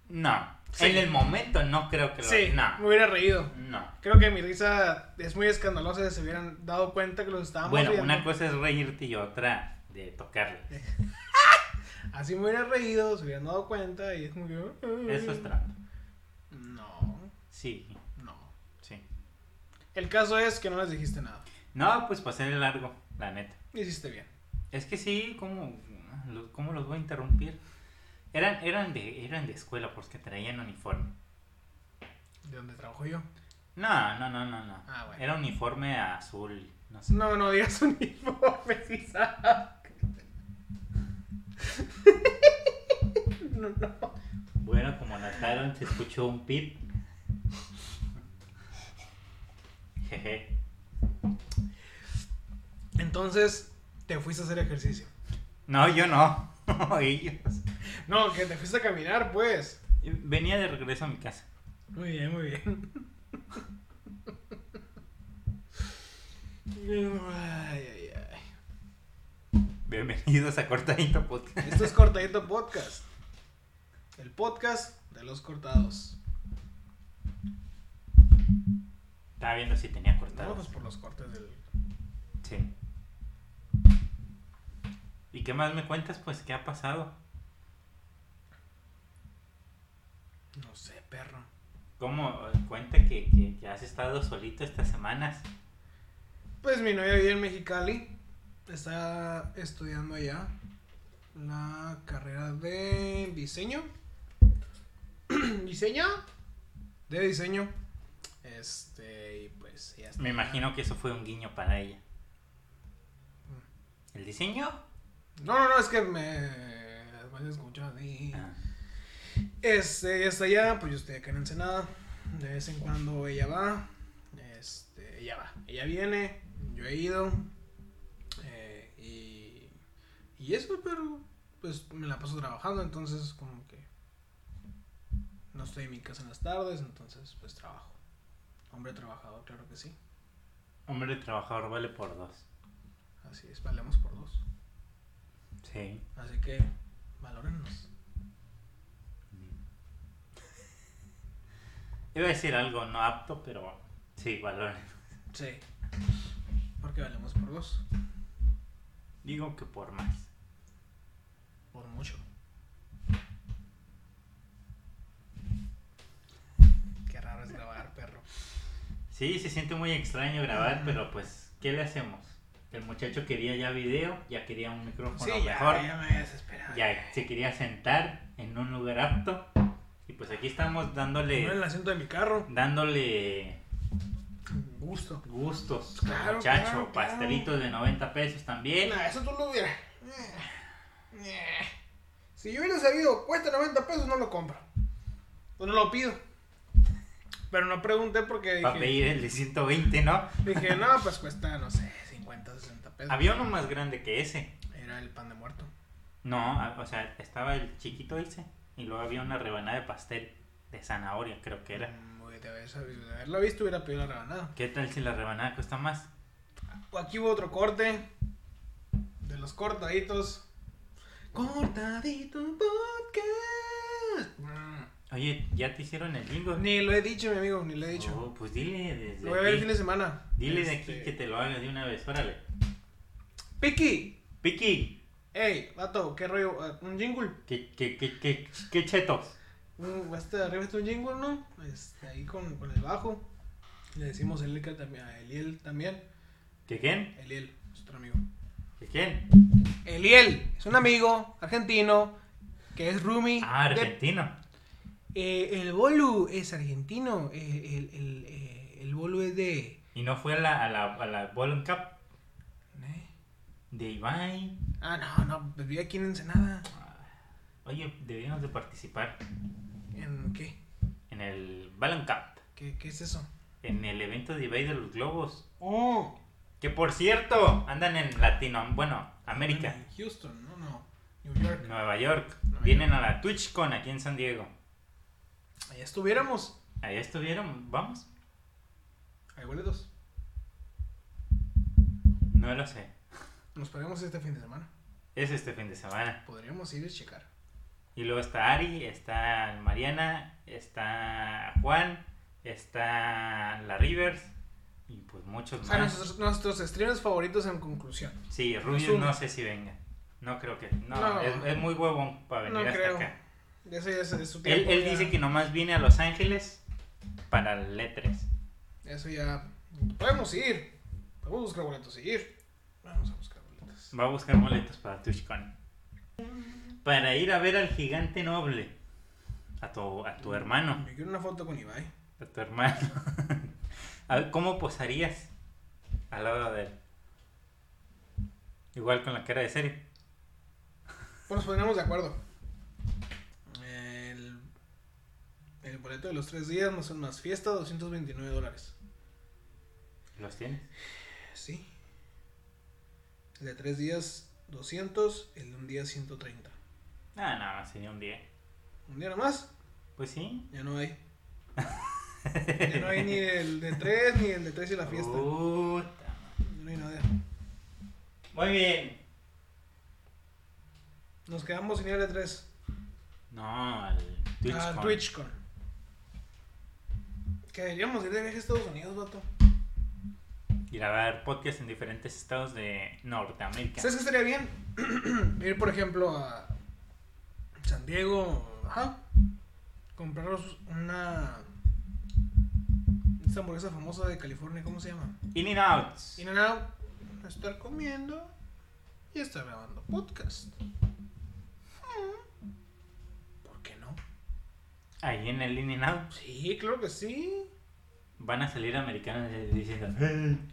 Speaker 2: No.
Speaker 1: Sí.
Speaker 2: En el momento no creo que lo...
Speaker 1: Sí,
Speaker 2: no,
Speaker 1: me hubiera reído.
Speaker 2: no.
Speaker 1: Creo que mi risa es muy escandalosa si se hubieran dado cuenta que los estábamos
Speaker 2: Bueno,
Speaker 1: viendo.
Speaker 2: una cosa es reírte y otra de tocarle.
Speaker 1: Así me hubiera reído, se hubieran dado cuenta y es muy...
Speaker 2: Eso es trampa.
Speaker 1: No,
Speaker 2: Sí,
Speaker 1: no.
Speaker 2: sí.
Speaker 1: El caso es que no les dijiste nada.
Speaker 2: No, pues pasé de largo, la neta.
Speaker 1: Hiciste bien.
Speaker 2: Es que sí, ¿cómo, lo- cómo los voy a interrumpir? Eran, eran, de, eran de escuela porque traían uniforme.
Speaker 1: ¿De dónde trabajo yo?
Speaker 2: No, no, no, no, no.
Speaker 1: Ah, bueno.
Speaker 2: Era uniforme azul, no sé.
Speaker 1: No, no digas [LAUGHS] uniforme, Isaac. no, no.
Speaker 2: Bueno, como notaron, se escuchó un pip. Jeje.
Speaker 1: Entonces, te fuiste a hacer ejercicio.
Speaker 2: No, yo no. [LAUGHS] Ellos.
Speaker 1: No, que te fuiste a caminar, pues.
Speaker 2: Venía de regreso a mi casa.
Speaker 1: Muy bien, muy bien. Ay, ay, ay.
Speaker 2: Bienvenidos a Cortadito Podcast.
Speaker 1: Esto es Cortadito Podcast. El podcast de los cortados.
Speaker 2: Estaba viendo si tenía
Speaker 1: No,
Speaker 2: cortado.
Speaker 1: pues por los cortes del.
Speaker 2: Sí. ¿Y qué más me cuentas? Pues, ¿qué ha pasado?
Speaker 1: No sé, perro.
Speaker 2: ¿Cómo cuenta que, que- que has estado solito estas semanas?
Speaker 1: Pues mi novia vive en Mexicali. Está estudiando allá la carrera de diseño. [CLEARS THROAT] ¿Diseño? De diseño. Este, y pues ya está.
Speaker 2: Me imagino que eso fue un guiño para ella.
Speaker 1: Mm.
Speaker 2: ¿El diseño?
Speaker 1: No, no, no, es que me. Vas a escuchar así.
Speaker 2: Ah,
Speaker 1: Este, ella está allá, pues yo estoy acá en Ensenada. De vez en cuando ella va. Este, ella va. Ella viene, yo he ido. eh, y. Y eso, pero. Pues me la paso trabajando, entonces como que. No estoy en mi casa en las tardes, entonces pues trabajo. Hombre trabajador, claro que sí.
Speaker 2: hombre trabajador vale por dos.
Speaker 1: Así es, valemos por dos.
Speaker 2: Sí.
Speaker 1: Así que, valórennos.
Speaker 2: Iba a decir algo no apto, pero sí, valores.
Speaker 1: Sí. Porque valemos por dos.
Speaker 2: Digo que por más.
Speaker 1: Por mucho. Qué raro es grabar, perro.
Speaker 2: Sí, se siente muy extraño grabar, pero pues, ¿qué le hacemos? El muchacho quería ya video, ya quería un micrófono
Speaker 1: sí, ya,
Speaker 2: mejor.
Speaker 1: ya eh. me desesperaba.
Speaker 2: ya se quería sentar en un lugar apto. Y pues aquí estamos
Speaker 1: No en el
Speaker 2: dándole
Speaker 1: asiento de mi carro.
Speaker 2: dándole
Speaker 1: Gusto.
Speaker 2: gustos
Speaker 1: Claro,
Speaker 2: al muchacho,
Speaker 1: claro, claro.
Speaker 2: pastelitos de 90 pesos también.
Speaker 1: Nah, Eh, eso tú lo hubieras. Eh, Si yo hubiera sabido, cuesta 90 pesos, no lo compro. O no lo pido. Pero no pregunté porque
Speaker 2: Para
Speaker 1: dije,
Speaker 2: pedir el de 120, ¿no?
Speaker 1: dije, no, pues cuesta, no sé, 50, 60 pesos.
Speaker 2: Había uno más grande que ese.
Speaker 1: Era el pan de muerto.
Speaker 2: No, a- o sea, estaba el chiquito ese y luego había una rebanada de pastel de zanahoria, creo que era.
Speaker 1: Mm, güey, de haber sabido- de haberlo visto, hubiera pedido la rebanada.
Speaker 2: ¿Qué tal si la rebanada cuesta más?
Speaker 1: Aquí hubo otro corte de los cortaditos. Cortadito podcast. Mm.
Speaker 2: Oye, ¿ya te hicieron el bingo?
Speaker 1: Ni lo he dicho, mi amigo, ni lo he dicho.
Speaker 2: Oh, pues dile desde
Speaker 1: lo voy a ver el
Speaker 2: aquí.
Speaker 1: fin de semana.
Speaker 2: Dile de
Speaker 1: Este,
Speaker 2: aquí que te lo haga de una vez, órale.
Speaker 1: Piki,
Speaker 2: Piki,
Speaker 1: ey, vato, qué rollo, Ah, un jingle.
Speaker 2: ¿Qué, qué, qué, qué, qué chetos?
Speaker 1: Un, este, arriba está un jingle, ¿no? Este, ahí con, con el bajo. Le decimos el también, a Eliel también.
Speaker 2: ¿Qué quién?
Speaker 1: Eliel, es otro amigo.
Speaker 2: ¿Qué quién?
Speaker 1: Eliel es un amigo argentino que es roomie
Speaker 2: Ah,
Speaker 1: de
Speaker 2: argentino.
Speaker 1: Eh, el Bolu es argentino. eh, el, el, eh, el Bolu es de.
Speaker 2: Y no fue a la, a la, a la Ballon Cup
Speaker 1: ¿eh?
Speaker 2: de Ibai.
Speaker 1: Ah, no, no, pues vive aquí en Ensenada.
Speaker 2: Oye, debíamos de participar
Speaker 1: ¿En qué?
Speaker 2: en el Ballon Cup,
Speaker 1: ¿Qué, qué es eso?
Speaker 2: en el evento de Ibai de los Globos.
Speaker 1: Oh,
Speaker 2: Que por cierto, andan en Latino, bueno, América, Ah.
Speaker 1: En Houston, no, no. New York.
Speaker 2: Nueva York.
Speaker 1: Nueva
Speaker 2: Vienen a la TwitchCon aquí en San Diego.
Speaker 1: Allá estuviéramos.
Speaker 2: Allá estuvieron, vamos.
Speaker 1: Hay boletos.
Speaker 2: No lo sé.
Speaker 1: Nos pagamos este fin de semana.
Speaker 2: Es este fin de semana.
Speaker 1: Podríamos ir a checar.
Speaker 2: Y luego está Ari, está Mariana, está Juan, está la Rivers y pues muchos
Speaker 1: O
Speaker 2: más.
Speaker 1: sea, nuestros, nuestros streamers favoritos en conclusión.
Speaker 2: Sí, Rubius
Speaker 1: Resumen.
Speaker 2: no sé si venga. No creo que. No,
Speaker 1: No.
Speaker 2: Es, es muy huevón para venir
Speaker 1: No
Speaker 2: hasta
Speaker 1: creo.
Speaker 2: acá.
Speaker 1: Eso ya es, es su
Speaker 2: Él,
Speaker 1: tiempo,
Speaker 2: él
Speaker 1: ya-
Speaker 2: dice que nomás viene a Los Ángeles para el E3.
Speaker 1: Eso ya. Podemos ir. Podemos buscar boletos y ir. Vamos a buscar boletos.
Speaker 2: Va a buscar boletos para TwitchCon. Para ir a ver al gigante noble. A tu, a tu hermano.
Speaker 1: Me quiero una foto con Ibai.
Speaker 2: A tu hermano. [LAUGHS] A ver, ¿cómo posarías al lado de él? Igual con la cara de serio.
Speaker 1: Pues nos ponemos de acuerdo. El, el boleto de los tres días no son más fiesta, 229 dólares.
Speaker 2: ¿Los tienes?
Speaker 1: Sí. El de tres días, 200. El de un día, 130.
Speaker 2: Ah, no, sería un día.
Speaker 1: Un día nomás,
Speaker 2: Pues sí.
Speaker 1: ya no hay. Ya no hay ni el de tres, ni el de tres y la fiesta.
Speaker 2: Oh. Puta madre.
Speaker 1: Ya no hay nada.
Speaker 2: Muy bien.
Speaker 1: Nos quedamos sin el de tres.
Speaker 2: No, al TwitchCon.
Speaker 1: Ah, TwitchCon. Que deberíamos ir de viaje a Estados Unidos, vato.
Speaker 2: Grabar podcast en diferentes estados de Norteamérica.
Speaker 1: ¿Sabes qué estaría bien? [CLEARS THROAT] Ir, por ejemplo, a San Diego, ajá, compraros una esta hamburguesa famosa de California, ¿cómo se llama?
Speaker 2: In and out.
Speaker 1: In and Out, estar comiendo y estar grabando podcast. Mm, ¿Por qué no?
Speaker 2: Ahí en el In and out
Speaker 1: Sí, claro que sí.
Speaker 2: van a salir americanos diciendo. "Eh, "Hey,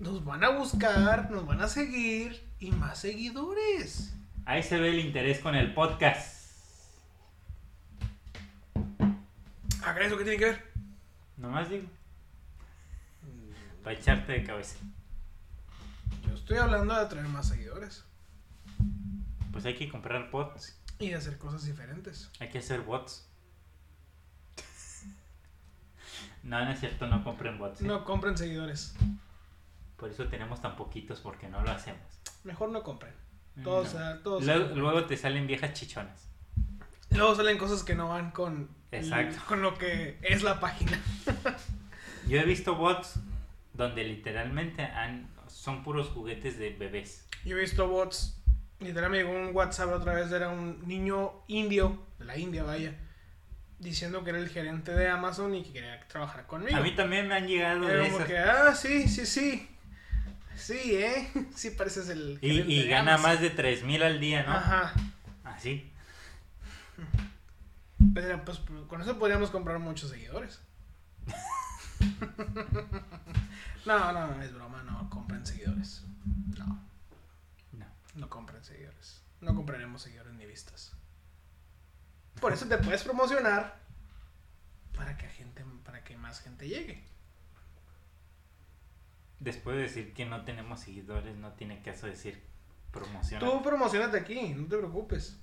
Speaker 1: Nos van a buscar, nos van a seguir y más seguidores.
Speaker 2: Ahí se ve el interés con el podcast.
Speaker 1: ¿A Ah, eso qué tiene que ver?
Speaker 2: Nomás digo. Para echarte de cabeza.
Speaker 1: Mm, Yo estoy hablando de atraer más seguidores
Speaker 2: Pues hay que comprar bots.
Speaker 1: y de hacer cosas diferentes.
Speaker 2: Hay que hacer bots. No, no es cierto, no compren bots. ¿eh?
Speaker 1: No compren seguidores.
Speaker 2: Por eso tenemos tan poquitos porque no lo hacemos.
Speaker 1: Mejor no compren. Todos,
Speaker 2: No.
Speaker 1: ah, todos
Speaker 2: Mm, Luego, luego te salen viejas chichonas.
Speaker 1: luego salen cosas que no van con,
Speaker 2: Exacto.
Speaker 1: con lo que es la página.
Speaker 2: Yo he visto bots donde literalmente han- son puros juguetes de bebés.
Speaker 1: Yo he visto bots. Literal me llegó un WhatsApp la otra vez. Era un niño indio, de la India, vaya, diciendo que era el gerente de Amazon y que quería trabajar conmigo.
Speaker 2: A mí también me han llegado
Speaker 1: Era
Speaker 2: de
Speaker 1: como
Speaker 2: esas.
Speaker 1: que, ah, sí, sí, sí. Sí, ¿eh? [LAUGHS] Sí pareces el
Speaker 2: Y,
Speaker 1: gerente
Speaker 2: y
Speaker 1: de
Speaker 2: gana
Speaker 1: Amazon.
Speaker 2: más de 3 mil al día, ¿no?
Speaker 1: Ajá.
Speaker 2: Así.
Speaker 1: Pero pues con eso podríamos comprar muchos seguidores. no, no, es broma, no compren seguidores. No,
Speaker 2: No.
Speaker 1: no compren seguidores. No compraremos seguidores ni vistas. Por eso te puedes promocionar para que gente, para que más gente llegue.
Speaker 2: Después de decir que no tenemos seguidores, no tiene caso decir promoción.
Speaker 1: Tú promocionate aquí, no te preocupes.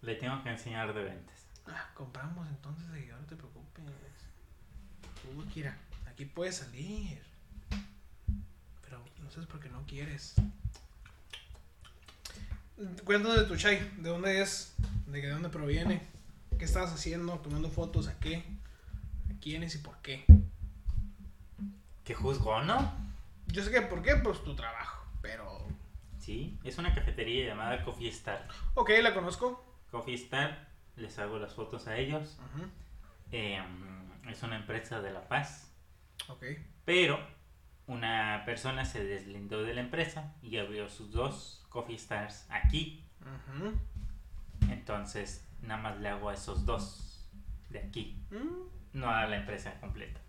Speaker 2: Le tengo que enseñar de ventas.
Speaker 1: Ah, compramos entonces seguidores, no te preocupes. Tú, Kira, aquí puedes salir. Pero no sé por qué no quieres. Cuéntanos de tu chai, de dónde es, de que- de dónde proviene, qué estabas haciendo, tomando fotos, a qué, a quiénes y por qué.
Speaker 2: ¿Qué juzgo, no?
Speaker 1: Yo sé que por qué, pues tu trabajo, pero...
Speaker 2: Sí, es una cafetería llamada Coffee Star.
Speaker 1: Ok, la conozco.
Speaker 2: Coffee Star, les hago las fotos a ellos. Eh, es una empresa de La Paz.
Speaker 1: Ok.
Speaker 2: Pero una persona se deslindó de la empresa y abrió sus dos coffee stars aquí.
Speaker 1: Ujú.
Speaker 2: Entonces, nada más le hago a esos dos de aquí,
Speaker 1: Mm,
Speaker 2: no a la empresa completa.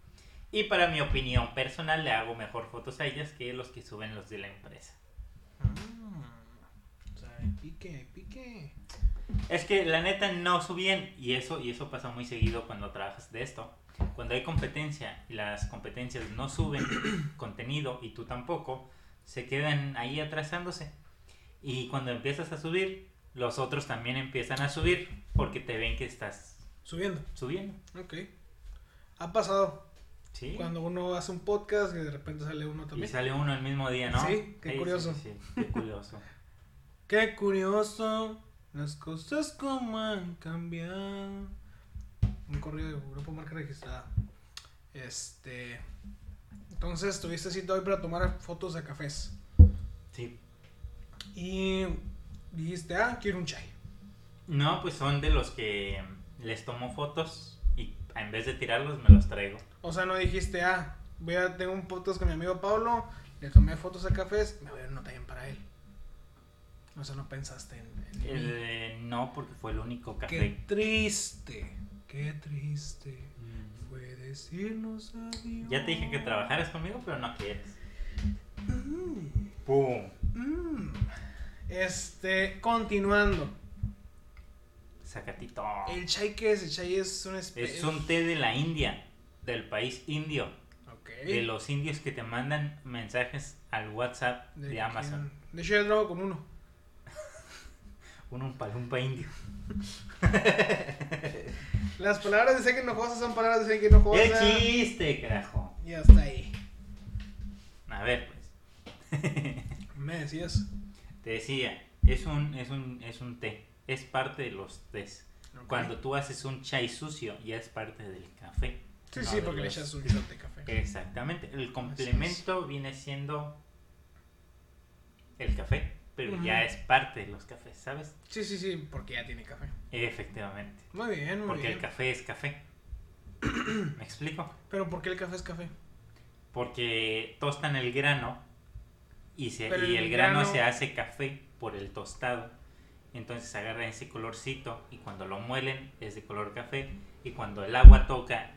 Speaker 2: Y para mi opinión personal, le hago mejor fotos a ellas que los que suben los de la empresa.
Speaker 1: mm. O sea, hay pique, hay pique.
Speaker 2: Es que la neta no subían, y eso, y eso pasa muy seguido cuando trabajas de esto. Cuando hay competencia y las competencias
Speaker 1: [CLEARS THROAT]
Speaker 2: no suben contenido y tú tampoco, se quedan ahí atrasándose. Y cuando empiezas a subir, los otros también empiezan a subir porque te ven que estás
Speaker 1: Subiendo.
Speaker 2: subiendo.
Speaker 1: Ok. Ha pasado.
Speaker 2: ¿sí?
Speaker 1: Cuando uno hace un podcast y de repente sale uno
Speaker 2: Y
Speaker 1: también.
Speaker 2: sale uno el mismo día, ¿no?
Speaker 1: Sí, qué curioso. [LAUGHS]
Speaker 2: sí, sí, qué curioso.
Speaker 1: Qué curioso. Las cosas como han cambiado. Un corrido de grupo marca registrada. Este. Entonces tuviste cita hoy para tomar fotos de cafés.
Speaker 2: Sí.
Speaker 1: Y dijiste, ah, quiero un chai.
Speaker 2: No, pues son de los que les tomo fotos y en vez de tirarlos me los traigo.
Speaker 1: O sea, no dijiste, ah, voy a tener un podcast con mi amigo Pablo, le tomé fotos a cafés, me voy a dar una también para él. O sea, no pensaste en, en mí.
Speaker 2: Eh, no, porque fue el único
Speaker 1: Qué
Speaker 2: café.
Speaker 1: triste, qué triste
Speaker 2: Mm.
Speaker 1: fue decirnos adiós.
Speaker 2: Ya te dije que trabajaras conmigo, pero no quieres.
Speaker 1: Mm,
Speaker 2: ¡Pum!
Speaker 1: mm. Este, continuando.
Speaker 2: Sacatito.
Speaker 1: El chai que es, el chai es un espe-
Speaker 2: Es un té de la India, del país indio.
Speaker 1: Ok.
Speaker 2: De los indios que te mandan mensajes al WhatsApp de,
Speaker 1: que-
Speaker 2: Amazon.
Speaker 1: De hecho, yo trabajo con uno.
Speaker 2: Un umpalumpa indio.
Speaker 1: Las palabras de sé que enojosas son palabras de sé que enojosas.
Speaker 2: ¡Qué chiste, carajo!
Speaker 1: Y hasta ahí.
Speaker 2: A ver, pues.
Speaker 1: Me decías.
Speaker 2: Te decía, es un, es un, es un té. Es parte de los tés.
Speaker 1: Ok.
Speaker 2: Cuando tú haces un chai sucio, ya es parte del café.
Speaker 1: Sí,
Speaker 2: no
Speaker 1: sí,
Speaker 2: de
Speaker 1: porque le
Speaker 2: los-
Speaker 1: echas un shot de café.
Speaker 2: Exactamente. El complemento viene siendo el café, pero
Speaker 1: Ujú.
Speaker 2: ya es parte de los cafés, ¿sabes?
Speaker 1: Sí, sí, sí, porque ya tiene café.
Speaker 2: Efectivamente.
Speaker 1: Muy bien, muy
Speaker 2: Porque el
Speaker 1: bien.
Speaker 2: café es café. ¿Me explico?
Speaker 1: Pero ¿por qué el café es café?
Speaker 2: Porque tostan el grano y, se-
Speaker 1: Pero
Speaker 2: y
Speaker 1: el
Speaker 2: el, grano,
Speaker 1: grano-
Speaker 2: se hace café por el tostado. Entonces agarran ese colorcito y cuando lo muelen es de color café y cuando el agua toca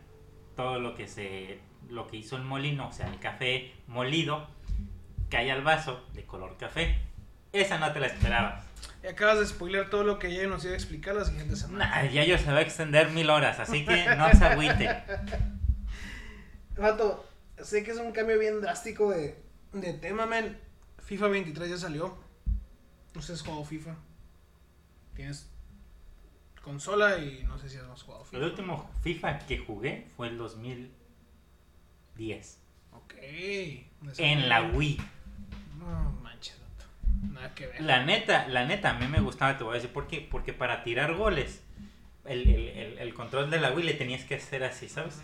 Speaker 2: todo lo que se lo que hizo el molino, o sea, el café molido cae al vaso de color café. Esa no te la esperabas.
Speaker 1: Y acabas de spoiler todo lo que ya nos iba a explicar la siguiente semana.
Speaker 2: Nah, ya yo se va a extender mil horas, así que no se agüite.
Speaker 1: Vato, sé que es un cambio bien drástico de, de tema, men. FIFA 23 ya salió. ¿Ustedes has jugado FIFA? Tienes consola y no sé si has jugado
Speaker 2: El
Speaker 1: FIFA.
Speaker 2: último FIFA que jugué fue el 2010
Speaker 1: Ok. Después-
Speaker 2: en la Wii.
Speaker 1: No manches, vato. Nada que ver.
Speaker 2: La neta, la neta, a mí me gustaba, te voy a decir por qué. Porque para tirar goles, el, el- el- el control de la Wii le tenías que hacer así, ¿sabes?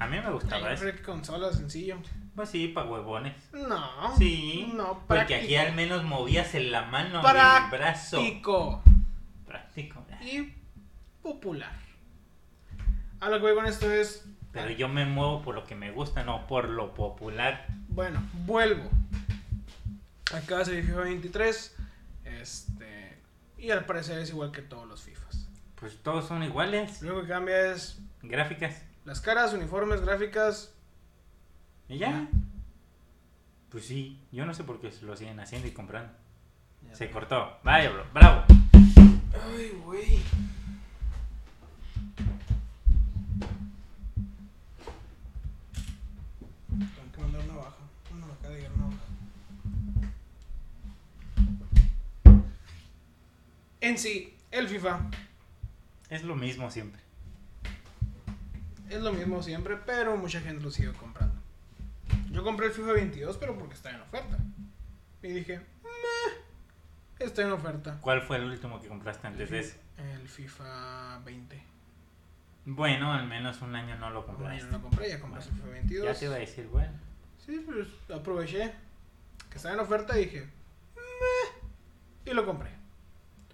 Speaker 2: A mí me
Speaker 1: Ay,
Speaker 2: gustaba
Speaker 1: yo
Speaker 2: eso.
Speaker 1: creo que consola sencillo.
Speaker 2: Pues sí, para huevones.
Speaker 1: No.
Speaker 2: Sí,
Speaker 1: No,
Speaker 2: porque aquí
Speaker 1: práctico.
Speaker 2: al menos movías en la mano y el brazo.
Speaker 1: Práctico.
Speaker 2: Práctico.
Speaker 1: y popular. A lo que voy con esto es,
Speaker 2: Pero yo me muevo por lo que me gusta, no por lo popular.
Speaker 1: bueno, vuelvo. Acá se FIFA 23, este, y al parecer es igual que todos los FIFAs.
Speaker 2: Pues todos son iguales.
Speaker 1: Lo único que cambia es
Speaker 2: Gráficas.
Speaker 1: las caras, uniformes, gráficas.
Speaker 2: Y ya. Pues sí, yo no sé por qué lo siguen haciendo y comprando. Se cortó. Vaya, bro. Bravo.
Speaker 1: Ay, güey. Tengo que mandar una baja. Una baja de una baja. En sí, el FIFA
Speaker 2: Es lo mismo siempre.
Speaker 1: es lo mismo siempre, pero mucha gente lo sigue comprando. Yo compré el FIFA 22, pero porque está en oferta. Y dije, "Meh, está en oferta.
Speaker 2: ¿Cuál fue el último que compraste antes de ese?
Speaker 1: El FIFA 20.
Speaker 2: Bueno, al menos un año no lo
Speaker 1: Bueno, yo
Speaker 2: compraste.
Speaker 1: no lo compré, ya compré el FIFA 22.
Speaker 2: Ya te iba a decir, bueno.
Speaker 1: Sí, pues aproveché que estaba en oferta y dije, "Meh", y lo compré.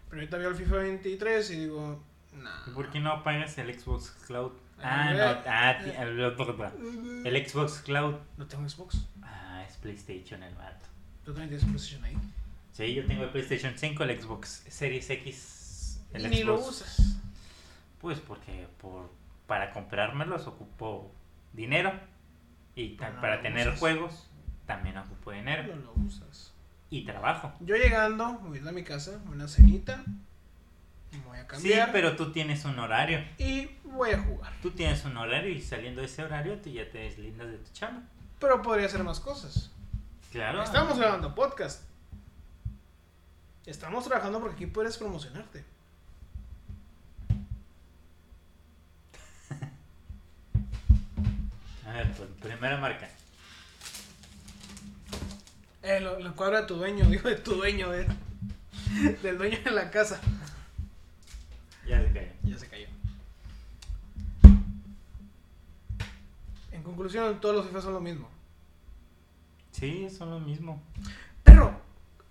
Speaker 1: Pero ahorita veo el FIFA 23 y digo, nah.
Speaker 2: ¿Y por qué no pagas el Xbox Cloud?
Speaker 1: Ah,
Speaker 2: Ah,
Speaker 1: eh,
Speaker 2: no. Ah, ti-
Speaker 1: eh.
Speaker 2: el,
Speaker 1: El...
Speaker 2: el Xbox Cloud.
Speaker 1: No tengo Xbox.
Speaker 2: Ah, es PlayStation el vato.
Speaker 1: Tú también tienes un PlayStation ahí.
Speaker 2: Sí, yo tengo el PlayStation 5, el Xbox Series X. El
Speaker 1: y ni lo
Speaker 2: Xbox.
Speaker 1: usas.
Speaker 2: Pues porque por, para comprármelos ocupo dinero. Y ta-
Speaker 1: Pero no
Speaker 2: para
Speaker 1: lo
Speaker 2: tener
Speaker 1: Ah, usas.
Speaker 2: juegos también ocupo dinero.
Speaker 1: No lo usas.
Speaker 2: Y trabajo.
Speaker 1: Yo llegando, voy a ir a mi casa, una cenita. Me voy a
Speaker 2: Sí,
Speaker 1: cambiar.
Speaker 2: pero tú tienes un horario.
Speaker 1: Y voy a jugar.
Speaker 2: Tú tienes un horario y saliendo de ese horario tú ya te deslindas de tu chamba.
Speaker 1: Pero podría hacer más cosas.
Speaker 2: Claro.
Speaker 1: Estamos grabando podcast. Estamos trabajando porque aquí puedes promocionarte.
Speaker 2: A ver, pues, primera marca.
Speaker 1: [LAUGHS] Eh, lo, lo cuadro de tu dueño, digo, de tu dueño, de... del dueño de la casa.
Speaker 2: Ya se cayó.
Speaker 1: Ya se cayó. En conclusión, todos los FIFAs son lo mismo.
Speaker 2: Sí, son lo mismo.
Speaker 1: Perro,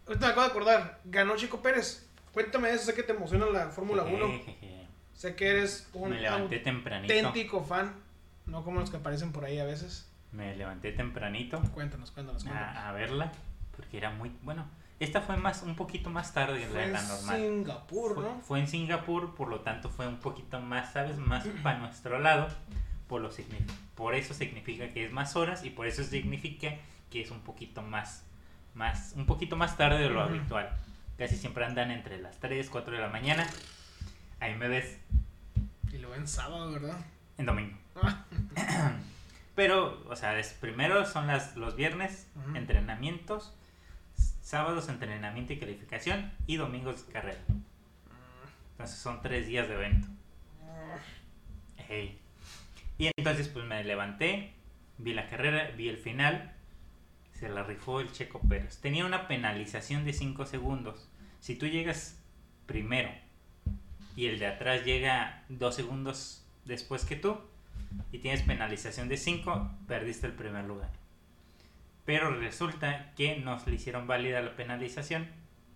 Speaker 1: ahorita me acabo de acordar, ganó Chico Pérez. Cuéntame eso, sé que te emociona la Fórmula 1.
Speaker 2: Jejeje.
Speaker 1: Sé que eres un
Speaker 2: Me levanté tempranito.
Speaker 1: auténtico fan, no como los que aparecen por ahí a veces.
Speaker 2: Me levanté tempranito
Speaker 1: Cuéntanos, cuéntanos, cuéntanos.
Speaker 2: a, a verla. Porque era muy. Bueno, esta fue más un poquito más tarde de
Speaker 1: Fue
Speaker 2: la,
Speaker 1: en
Speaker 2: la normal.
Speaker 1: Singapur,
Speaker 2: Fue,
Speaker 1: ¿no?
Speaker 2: fue en Singapur, por lo tanto fue un poquito más, ¿sabes?
Speaker 1: [CLEARS THROAT]
Speaker 2: Más para nuestro lado. Por, lo signi- por eso significa que es más horas y por eso significa que es un poquito más, más un poquito más tarde de lo
Speaker 1: Ujú.
Speaker 2: habitual. Casi siempre andan entre las 3, 4 de la mañana. Ahí me ves
Speaker 1: Y lo ven sábado, ¿verdad? [CLEARS THROAT]
Speaker 2: en domingo.
Speaker 1: Ah,
Speaker 2: Pero, o sea, es- primero son las, los viernes,
Speaker 1: Ujú.
Speaker 2: entrenamientos, s- sábados entrenamiento y calificación y domingos carrera. Entonces son tres días de evento. Ey. Y entonces pues me levanté, vi la carrera, vi el final, se la rifó el Checo Pérez. Tenía una penalización de 5 segundos. Si tú llegas primero y el de atrás llega 2 segundos después que tú y tienes penalización de 5, perdiste el primer lugar. Pero resulta que nos le hicieron válida la penalización.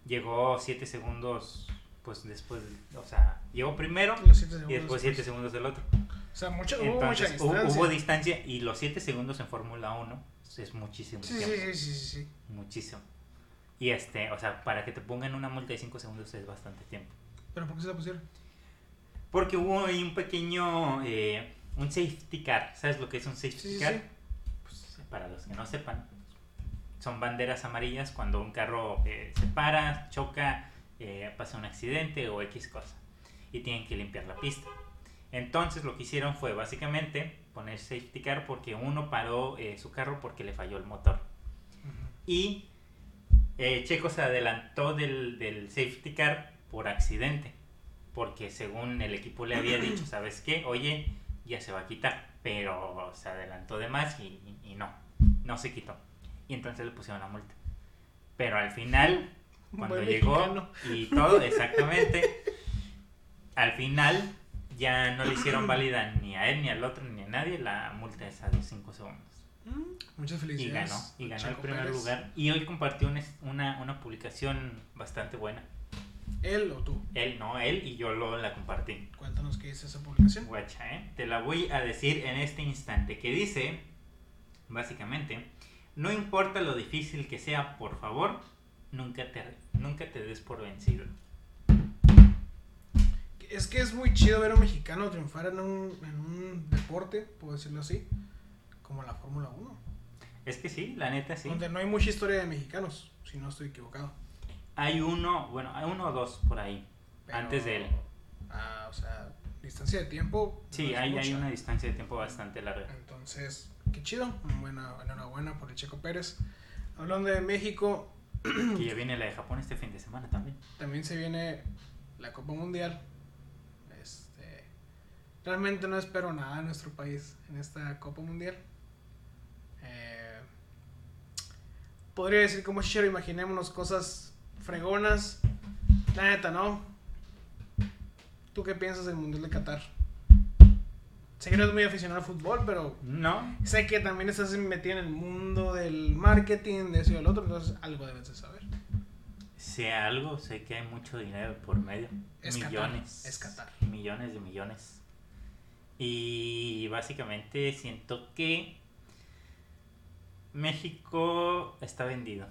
Speaker 2: Llegó 7 segundos pues después, o sea, llegó primero
Speaker 1: Mm. los siete
Speaker 2: y
Speaker 1: segundos.
Speaker 2: después 7 segundos del otro.
Speaker 1: O sea, mucha- hubo mucha
Speaker 2: Entonces hubo,
Speaker 1: distancia.
Speaker 2: hubo distancia y los 7 segundos en Fórmula 1 es muchísimo
Speaker 1: sí,
Speaker 2: tiempo.
Speaker 1: sí, sí, sí, sí, sí.
Speaker 2: Muchísimo. Y este, o sea, para que te pongan una multa de 5 segundos es bastante tiempo.
Speaker 1: ¿Pero por qué se la pusieron?
Speaker 2: Porque hubo ahí un pequeño, eh, un safety car. ¿Sabes lo que es un safety
Speaker 1: Sí, sí,
Speaker 2: car?
Speaker 1: sí.
Speaker 2: Pues, para los que no sepan, son banderas amarillas cuando un carro eh, se para, choca, eh, pasa un accidente o X cosa. Y tienen que limpiar la pista. Entonces lo que hicieron fue básicamente poner safety car porque uno paró eh, su carro porque le falló el motor.
Speaker 1: Ujú.
Speaker 2: Y eh, Checo se adelantó del, del safety car por accidente. Porque según el equipo le había dicho,
Speaker 1: [CLEARS THROAT]
Speaker 2: ¿sabes qué? Oye, ya se va a quitar. Pero se adelantó de más y, y no. No se quitó. Y entonces le pusieron la multa. Pero
Speaker 1: [LAUGHS]
Speaker 2: al final, cuando
Speaker 1: Buen
Speaker 2: llegó
Speaker 1: mexicano. [LAUGHS]
Speaker 2: y todo, exactamente. al final ya no le hicieron válida ni a él, ni al otro, ni a nadie la multa esa de 5 segundos.
Speaker 1: Mm, Muchas
Speaker 2: Y
Speaker 1: felicidades.
Speaker 2: ganó, y ganó el
Speaker 1: Checo
Speaker 2: primer
Speaker 1: Pérez.
Speaker 2: lugar. Y hoy compartió un es- una, una publicación bastante buena.
Speaker 1: ¿Él o tú?
Speaker 2: Él, no, él y yo lo, la compartí.
Speaker 1: Cuéntanos qué dice esa publicación.
Speaker 2: Guacha, ¿eh? Te la voy a decir en este instante. Que dice, básicamente, no importa lo difícil que sea, por favor, nunca te, nunca te des por vencido.
Speaker 1: Es que es muy chido ver a un mexicano triunfar en un, en un deporte, puedo decirlo así, como la Fórmula 1,
Speaker 2: Es que sí, la neta sí.
Speaker 1: donde no hay mucha historia de mexicanos, si no estoy equivocado.
Speaker 2: Hay uno, bueno, hay uno o dos por ahí.
Speaker 1: Pero-
Speaker 2: Antes de él.
Speaker 1: Ah, o sea, distancia de tiempo. no
Speaker 2: Sí,
Speaker 1: es
Speaker 2: hay, hay
Speaker 1: mucha.
Speaker 2: una distancia de tiempo bastante larga.
Speaker 1: Entonces, qué chido. Buena, enhorabuena por el Checo Pérez. Hablando de México,
Speaker 2: Que ya viene la de Japón este fin de semana también.
Speaker 1: también se viene la Copa Mundial. Este, realmente no espero nada de nuestro país en esta Copa Mundial. Eh, podría decir como Shiro, imaginémonos cosas fregonas. La neta, ¿no? ¿Tú qué piensas del Mundial de Qatar? Sé que no es muy aficionado al fútbol, pero
Speaker 2: No,
Speaker 1: sé que también estás metido en el mundo del marketing, de eso y del otro, entonces algo debes de saber.
Speaker 2: Sé algo, sé que hay mucho dinero por medio.
Speaker 1: Es Qatar,
Speaker 2: millones.
Speaker 1: es Qatar.
Speaker 2: Millones de millones. Y básicamente siento que México está vendido.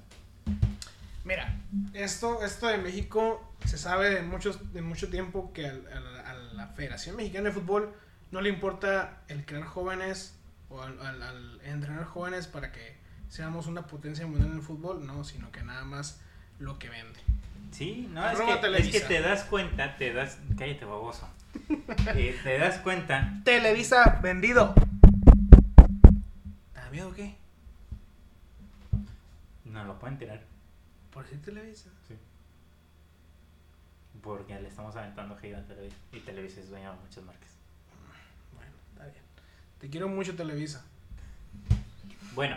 Speaker 1: Mira, esto, esto de México se sabe de, muchos, de mucho tiempo que al- a, la- a la Federación Mexicana de Fútbol no le importa el crear jóvenes o al, al- al entrenar jóvenes para que seamos una potencia mundial en el fútbol, no, sino que nada más lo que vende.
Speaker 2: Sí, no, es
Speaker 1: Arroba
Speaker 2: que, es
Speaker 1: Televisa.
Speaker 2: que te das cuenta, te das...
Speaker 1: [LAUGHS]
Speaker 2: Cállate, baboso. Eh, te das cuenta,
Speaker 1: Televisa vendido. ¿Te da miedo o qué?
Speaker 2: no lo pueden tirar,
Speaker 1: Por decir Televisa.
Speaker 2: porque le estamos aventando hate a Televisa. Y Televisa es dueño de muchas marcas.
Speaker 1: Bueno, está bien. Te quiero mucho Televisa.
Speaker 2: Bueno,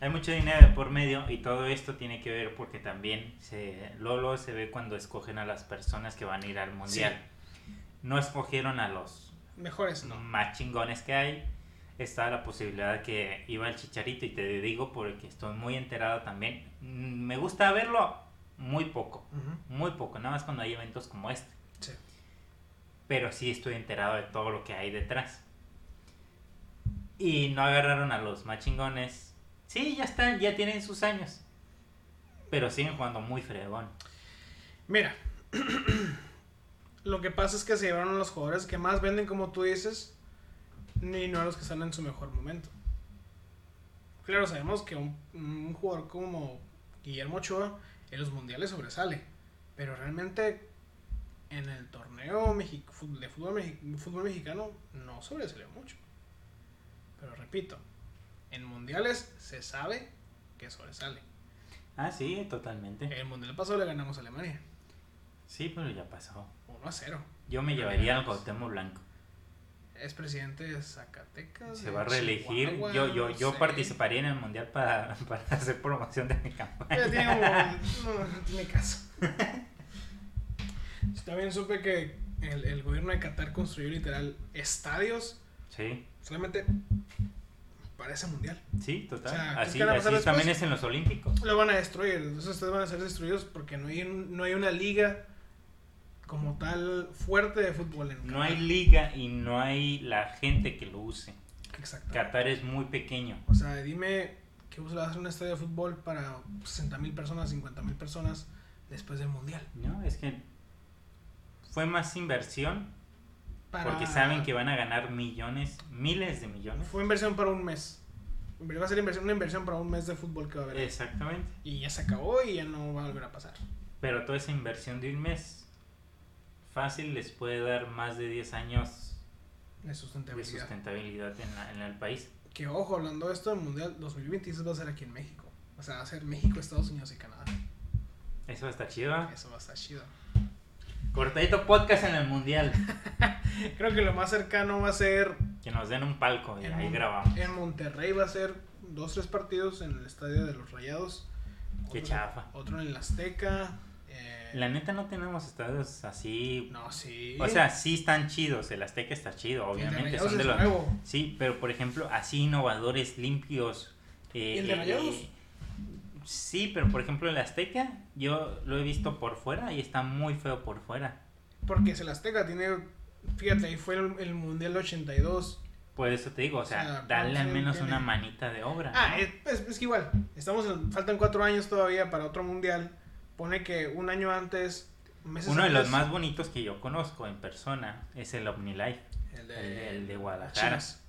Speaker 2: Hay mucho dinero de por medio y todo esto tiene que ver porque también se, Lolo se ve cuando escogen a las personas que van a ir al mundial. No escogieron a los
Speaker 1: Mejores no.
Speaker 2: más chingones que hay. Está la posibilidad que iba el chicharito y te digo porque estoy muy enterado también. Mm, Me gusta verlo muy poco,
Speaker 1: Ujú.
Speaker 2: muy poco, nada más cuando hay eventos como este.
Speaker 1: Sí.
Speaker 2: Pero sí estoy enterado de todo lo que hay detrás. Y no agarraron a los más chingones. Sí, ya están, ya tienen sus años. Pero siguen jugando muy fregón.
Speaker 1: Mira, [CLEARS THROAT] lo que pasa es que se llevaron a los jugadores que más venden, como tú dices, y no a los que están en su mejor momento. Claro, sabemos que un, un jugador como Guillermo Ochoa en los mundiales sobresale, pero realmente en el torneo mexi- fut- de fútbol, mexi- fútbol mexicano no sobresalió mucho. Pero repito, en mundiales se sabe que sobresale.
Speaker 2: Ah, sí, totalmente.
Speaker 1: El mundial pasado le ganamos a Alemania,
Speaker 2: Sí, pero ya pasó.
Speaker 1: 1 a 0.
Speaker 2: Yo me llevaría al Gautemo Blanco.
Speaker 1: Es presidente de Zacatecas.
Speaker 2: Se
Speaker 1: de
Speaker 2: va a reelegir.
Speaker 1: Chihuahua,
Speaker 2: Yo, yo,
Speaker 1: no
Speaker 2: yo
Speaker 1: sé.
Speaker 2: participaría en el mundial para, [LAUGHS] para hacer promoción de mi
Speaker 1: Ya tiene como.
Speaker 2: campaña.
Speaker 1: No, no tiene
Speaker 2: [LAUGHS]
Speaker 1: caso. También supe que el, el gobierno de Qatar construyó literal estadios
Speaker 2: Sí,
Speaker 1: solamente para ese mundial.
Speaker 2: sí, total.
Speaker 1: O sea, ¿qué
Speaker 2: así
Speaker 1: van a pasar
Speaker 2: así también
Speaker 1: después?
Speaker 2: es en los Olímpicos.
Speaker 1: Lo van a destruir, entonces ustedes van a ser destruidos porque no hay, un- no hay una liga como tal fuerte de fútbol en
Speaker 2: No
Speaker 1: Qatar.
Speaker 2: hay liga y no hay la gente que lo use.
Speaker 1: Exacto.
Speaker 2: Qatar es muy pequeño.
Speaker 1: O sea, dime que vos le vas a hacer un estadio de fútbol para 60.000 personas, 50.000 personas después del mundial.
Speaker 2: No, es que fue más inversión
Speaker 1: Para-
Speaker 2: porque saben que van a ganar millones, miles de millones.
Speaker 1: Fue inversión para un mes. Va a ser inversión, una inversión para un mes de fútbol que va a haber.
Speaker 2: Exactamente.
Speaker 1: Y ya se acabó y ya no va a volver a pasar.
Speaker 2: Pero toda esa inversión de un mes fácil les puede dar más de 10 años
Speaker 1: De
Speaker 2: de
Speaker 1: sustentabilidad.
Speaker 2: sustentabilidad en, la- en el país.
Speaker 1: Que ojo, hablando de esto, el Mundial 2026 va a ser aquí en México. O sea, va a ser México, Estados Unidos y Canadá.
Speaker 2: Eso está chido. ¿eh?
Speaker 1: Eso va a estar chido.
Speaker 2: Cortadito podcast en el
Speaker 1: [LAUGHS]
Speaker 2: mundial.
Speaker 1: Creo que lo más cercano va a ser
Speaker 2: Que nos den un palco y
Speaker 1: En
Speaker 2: ahí
Speaker 1: Mon-
Speaker 2: grabamos.
Speaker 1: en Monterrey, va a ser dos, tres partidos en el estadio de los Rayados.
Speaker 2: Qué
Speaker 1: Otro-
Speaker 2: chafa.
Speaker 1: Otro en el Azteca. eh,
Speaker 2: La neta no tenemos estadios así.
Speaker 1: No, sí.
Speaker 2: O sea, sí están chidos. El Azteca está chido,
Speaker 1: El de
Speaker 2: obviamente.
Speaker 1: Rayados
Speaker 2: Son de
Speaker 1: es
Speaker 2: los,
Speaker 1: nuevo.
Speaker 2: Sí, pero por ejemplo, así innovadores, limpios. eh,
Speaker 1: ¿El de
Speaker 2: eh,
Speaker 1: Rayados?
Speaker 2: eh, sí, pero por ejemplo el Azteca, yo lo he visto por fuera y está muy feo por fuera.
Speaker 1: Porque es el Azteca, tiene. Fíjate, ahí fue el, el Mundial 82.
Speaker 2: Por eso te digo, o sea,
Speaker 1: O sea,
Speaker 2: dale al
Speaker 1: sí,
Speaker 2: menos
Speaker 1: tiene-
Speaker 2: una manita de obra.
Speaker 1: Ah,
Speaker 2: ¿no?
Speaker 1: es, es- es que igual. Estamos en- faltan cuatro años todavía para otro Mundial. Pone que un año antes. meses
Speaker 2: Uno de
Speaker 1: antes,
Speaker 2: los más bonitos que yo conozco en persona es el OmniLife.
Speaker 1: El
Speaker 2: el-
Speaker 1: de,
Speaker 2: el de Guadalajara.
Speaker 1: Chivas.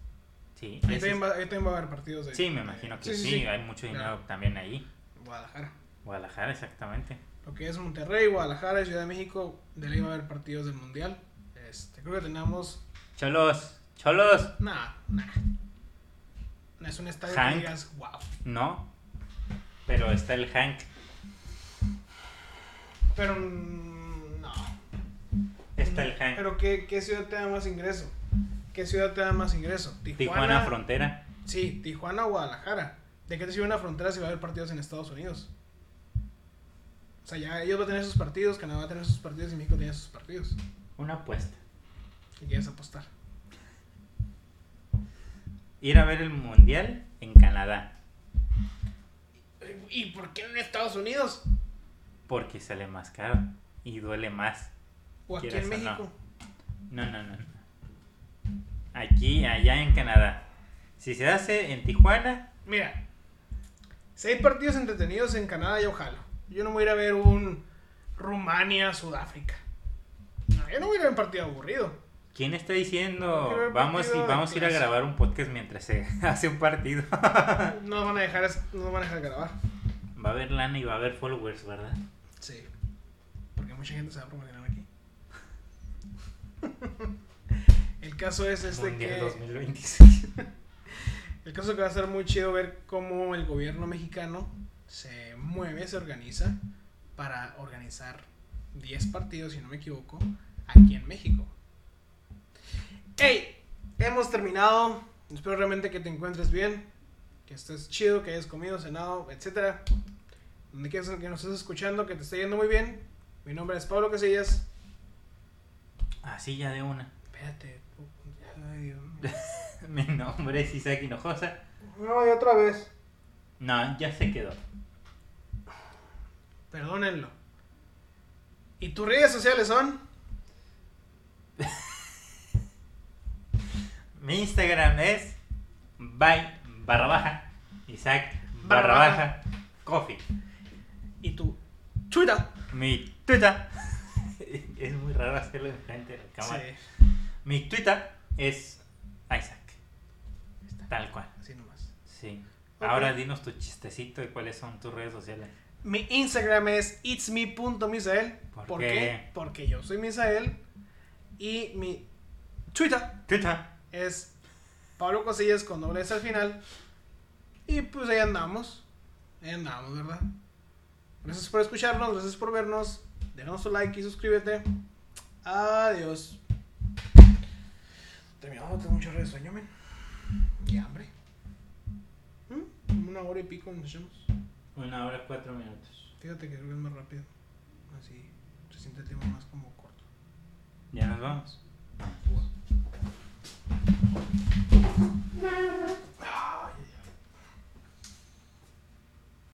Speaker 2: Sí,
Speaker 1: Ahí
Speaker 2: ese es-
Speaker 1: también, va, ahí también va a haber partidos de.
Speaker 2: sí, me
Speaker 1: de-
Speaker 2: imagino que sí, hay mucho dinero también ahí.
Speaker 1: Guadalajara.
Speaker 2: Guadalajara, exactamente.
Speaker 1: Lo que es Monterrey, Guadalajara, Ciudad de México. De ahí va a haber partidos del Mundial. Este, creo que tenemos.
Speaker 2: Cholos, cholos,
Speaker 1: Nada, nada. No es un estadio
Speaker 2: Hank.
Speaker 1: que digas, wow.
Speaker 2: no. Pero está el Hank.
Speaker 1: Pero mm, no.
Speaker 2: Está el Hank.
Speaker 1: Pero ¿qué, ¿qué ciudad te da más ingreso? ¿Qué ciudad te da más ingreso?
Speaker 2: Tijuana Frontera.
Speaker 1: Sí, Tijuana o Guadalajara. ¿De qué te sirve una frontera si va a haber partidos en Estados Unidos? O sea, ya ellos van a tener sus partidos, Canadá va a tener sus partidos y México tiene sus partidos.
Speaker 2: Una apuesta.
Speaker 1: Y quieres apostar.
Speaker 2: Ir a ver el mundial en Canadá.
Speaker 1: ¿Y por qué no en Estados Unidos?
Speaker 2: Porque sale más caro y duele más.
Speaker 1: ¿O aquí
Speaker 2: Quieras
Speaker 1: en
Speaker 2: o no.
Speaker 1: México?
Speaker 2: No, no, no. no. Aquí, allá en Canadá. Si se hace en Tijuana,
Speaker 1: Mira, si hay partidos entretenidos en Canadá, yo jalo. Yo no voy a ir a ver un Rumania, Sudáfrica. No, yo no voy a ir a ver un partido aburrido.
Speaker 2: ¿quién
Speaker 1: Yo
Speaker 2: está
Speaker 1: quiero
Speaker 2: diciendo
Speaker 1: ver
Speaker 2: vamos y
Speaker 1: partido de
Speaker 2: vamos a ir a
Speaker 1: clase"?
Speaker 2: grabar un podcast mientras se [LAUGHS] hace un partido?
Speaker 1: No nos van a dejar, no nos van a dejar grabar.
Speaker 2: Va a haber lana y va a haber followers, ¿verdad?
Speaker 1: Sí. Porque mucha gente se va a promocionar aquí. el caso es este
Speaker 2: mundial
Speaker 1: que...
Speaker 2: 2026.
Speaker 1: El caso es que va a ser muy chido ver cómo el gobierno mexicano se mueve, se organiza para organizar 10 partidos, si no me equivoco, aquí en México. ¡Hey! Hemos terminado. Espero realmente que te encuentres bien. que estés chido, que hayas comido, cenado, etcétera. Donde quieras que nos estés escuchando, que te esté yendo muy bien. Mi nombre es Pablo Casillas.
Speaker 2: [LAUGHS] Así ya de una. [LAUGHS]
Speaker 1: Espérate. Ay, Dios mío.
Speaker 2: Mi nombre es Isaac Hinojosa.
Speaker 1: [LAUGHS] No, y otra vez.
Speaker 2: No, ya se quedó.
Speaker 1: Perdónenlo. ¿Y tus redes sociales son?
Speaker 2: Mi Instagram es by barra baja Isaac
Speaker 1: Barra
Speaker 2: barra baja coffee.
Speaker 1: ¿Y tu Twitter?
Speaker 2: Mi Twitter [LAUGHS] es muy raro hacerlo enfrente de la cámara.
Speaker 1: Sí,
Speaker 2: Mi Twitter es Isaac. Tal cual.
Speaker 1: así nomás.
Speaker 2: Sí.
Speaker 1: Ok.
Speaker 2: Ahora dinos tu chistecito y cuáles son tus redes sociales.
Speaker 1: Mi Instagram es itsme.misael.
Speaker 2: ¿Por
Speaker 1: ¿Por
Speaker 2: qué?
Speaker 1: qué? Porque yo soy Misael. Y mi Twitter
Speaker 2: Twitter.
Speaker 1: es Pablo Cosillas con doble S al final. Y pues ahí andamos. Ahí andamos, ¿verdad? Gracias por escucharnos, gracias por vernos. Déjanos tu like y suscríbete. Adiós. Terminamos, tengo mucho redes de sueño, men. Y hambre. ¿Mm? Una hora y pico nos echamos.
Speaker 2: Una hora cuatro minutos.
Speaker 1: Fíjate que creo que es más rápido. Así se siente el tiempo más como corto.
Speaker 2: Ya nos vamos.
Speaker 1: Fuga.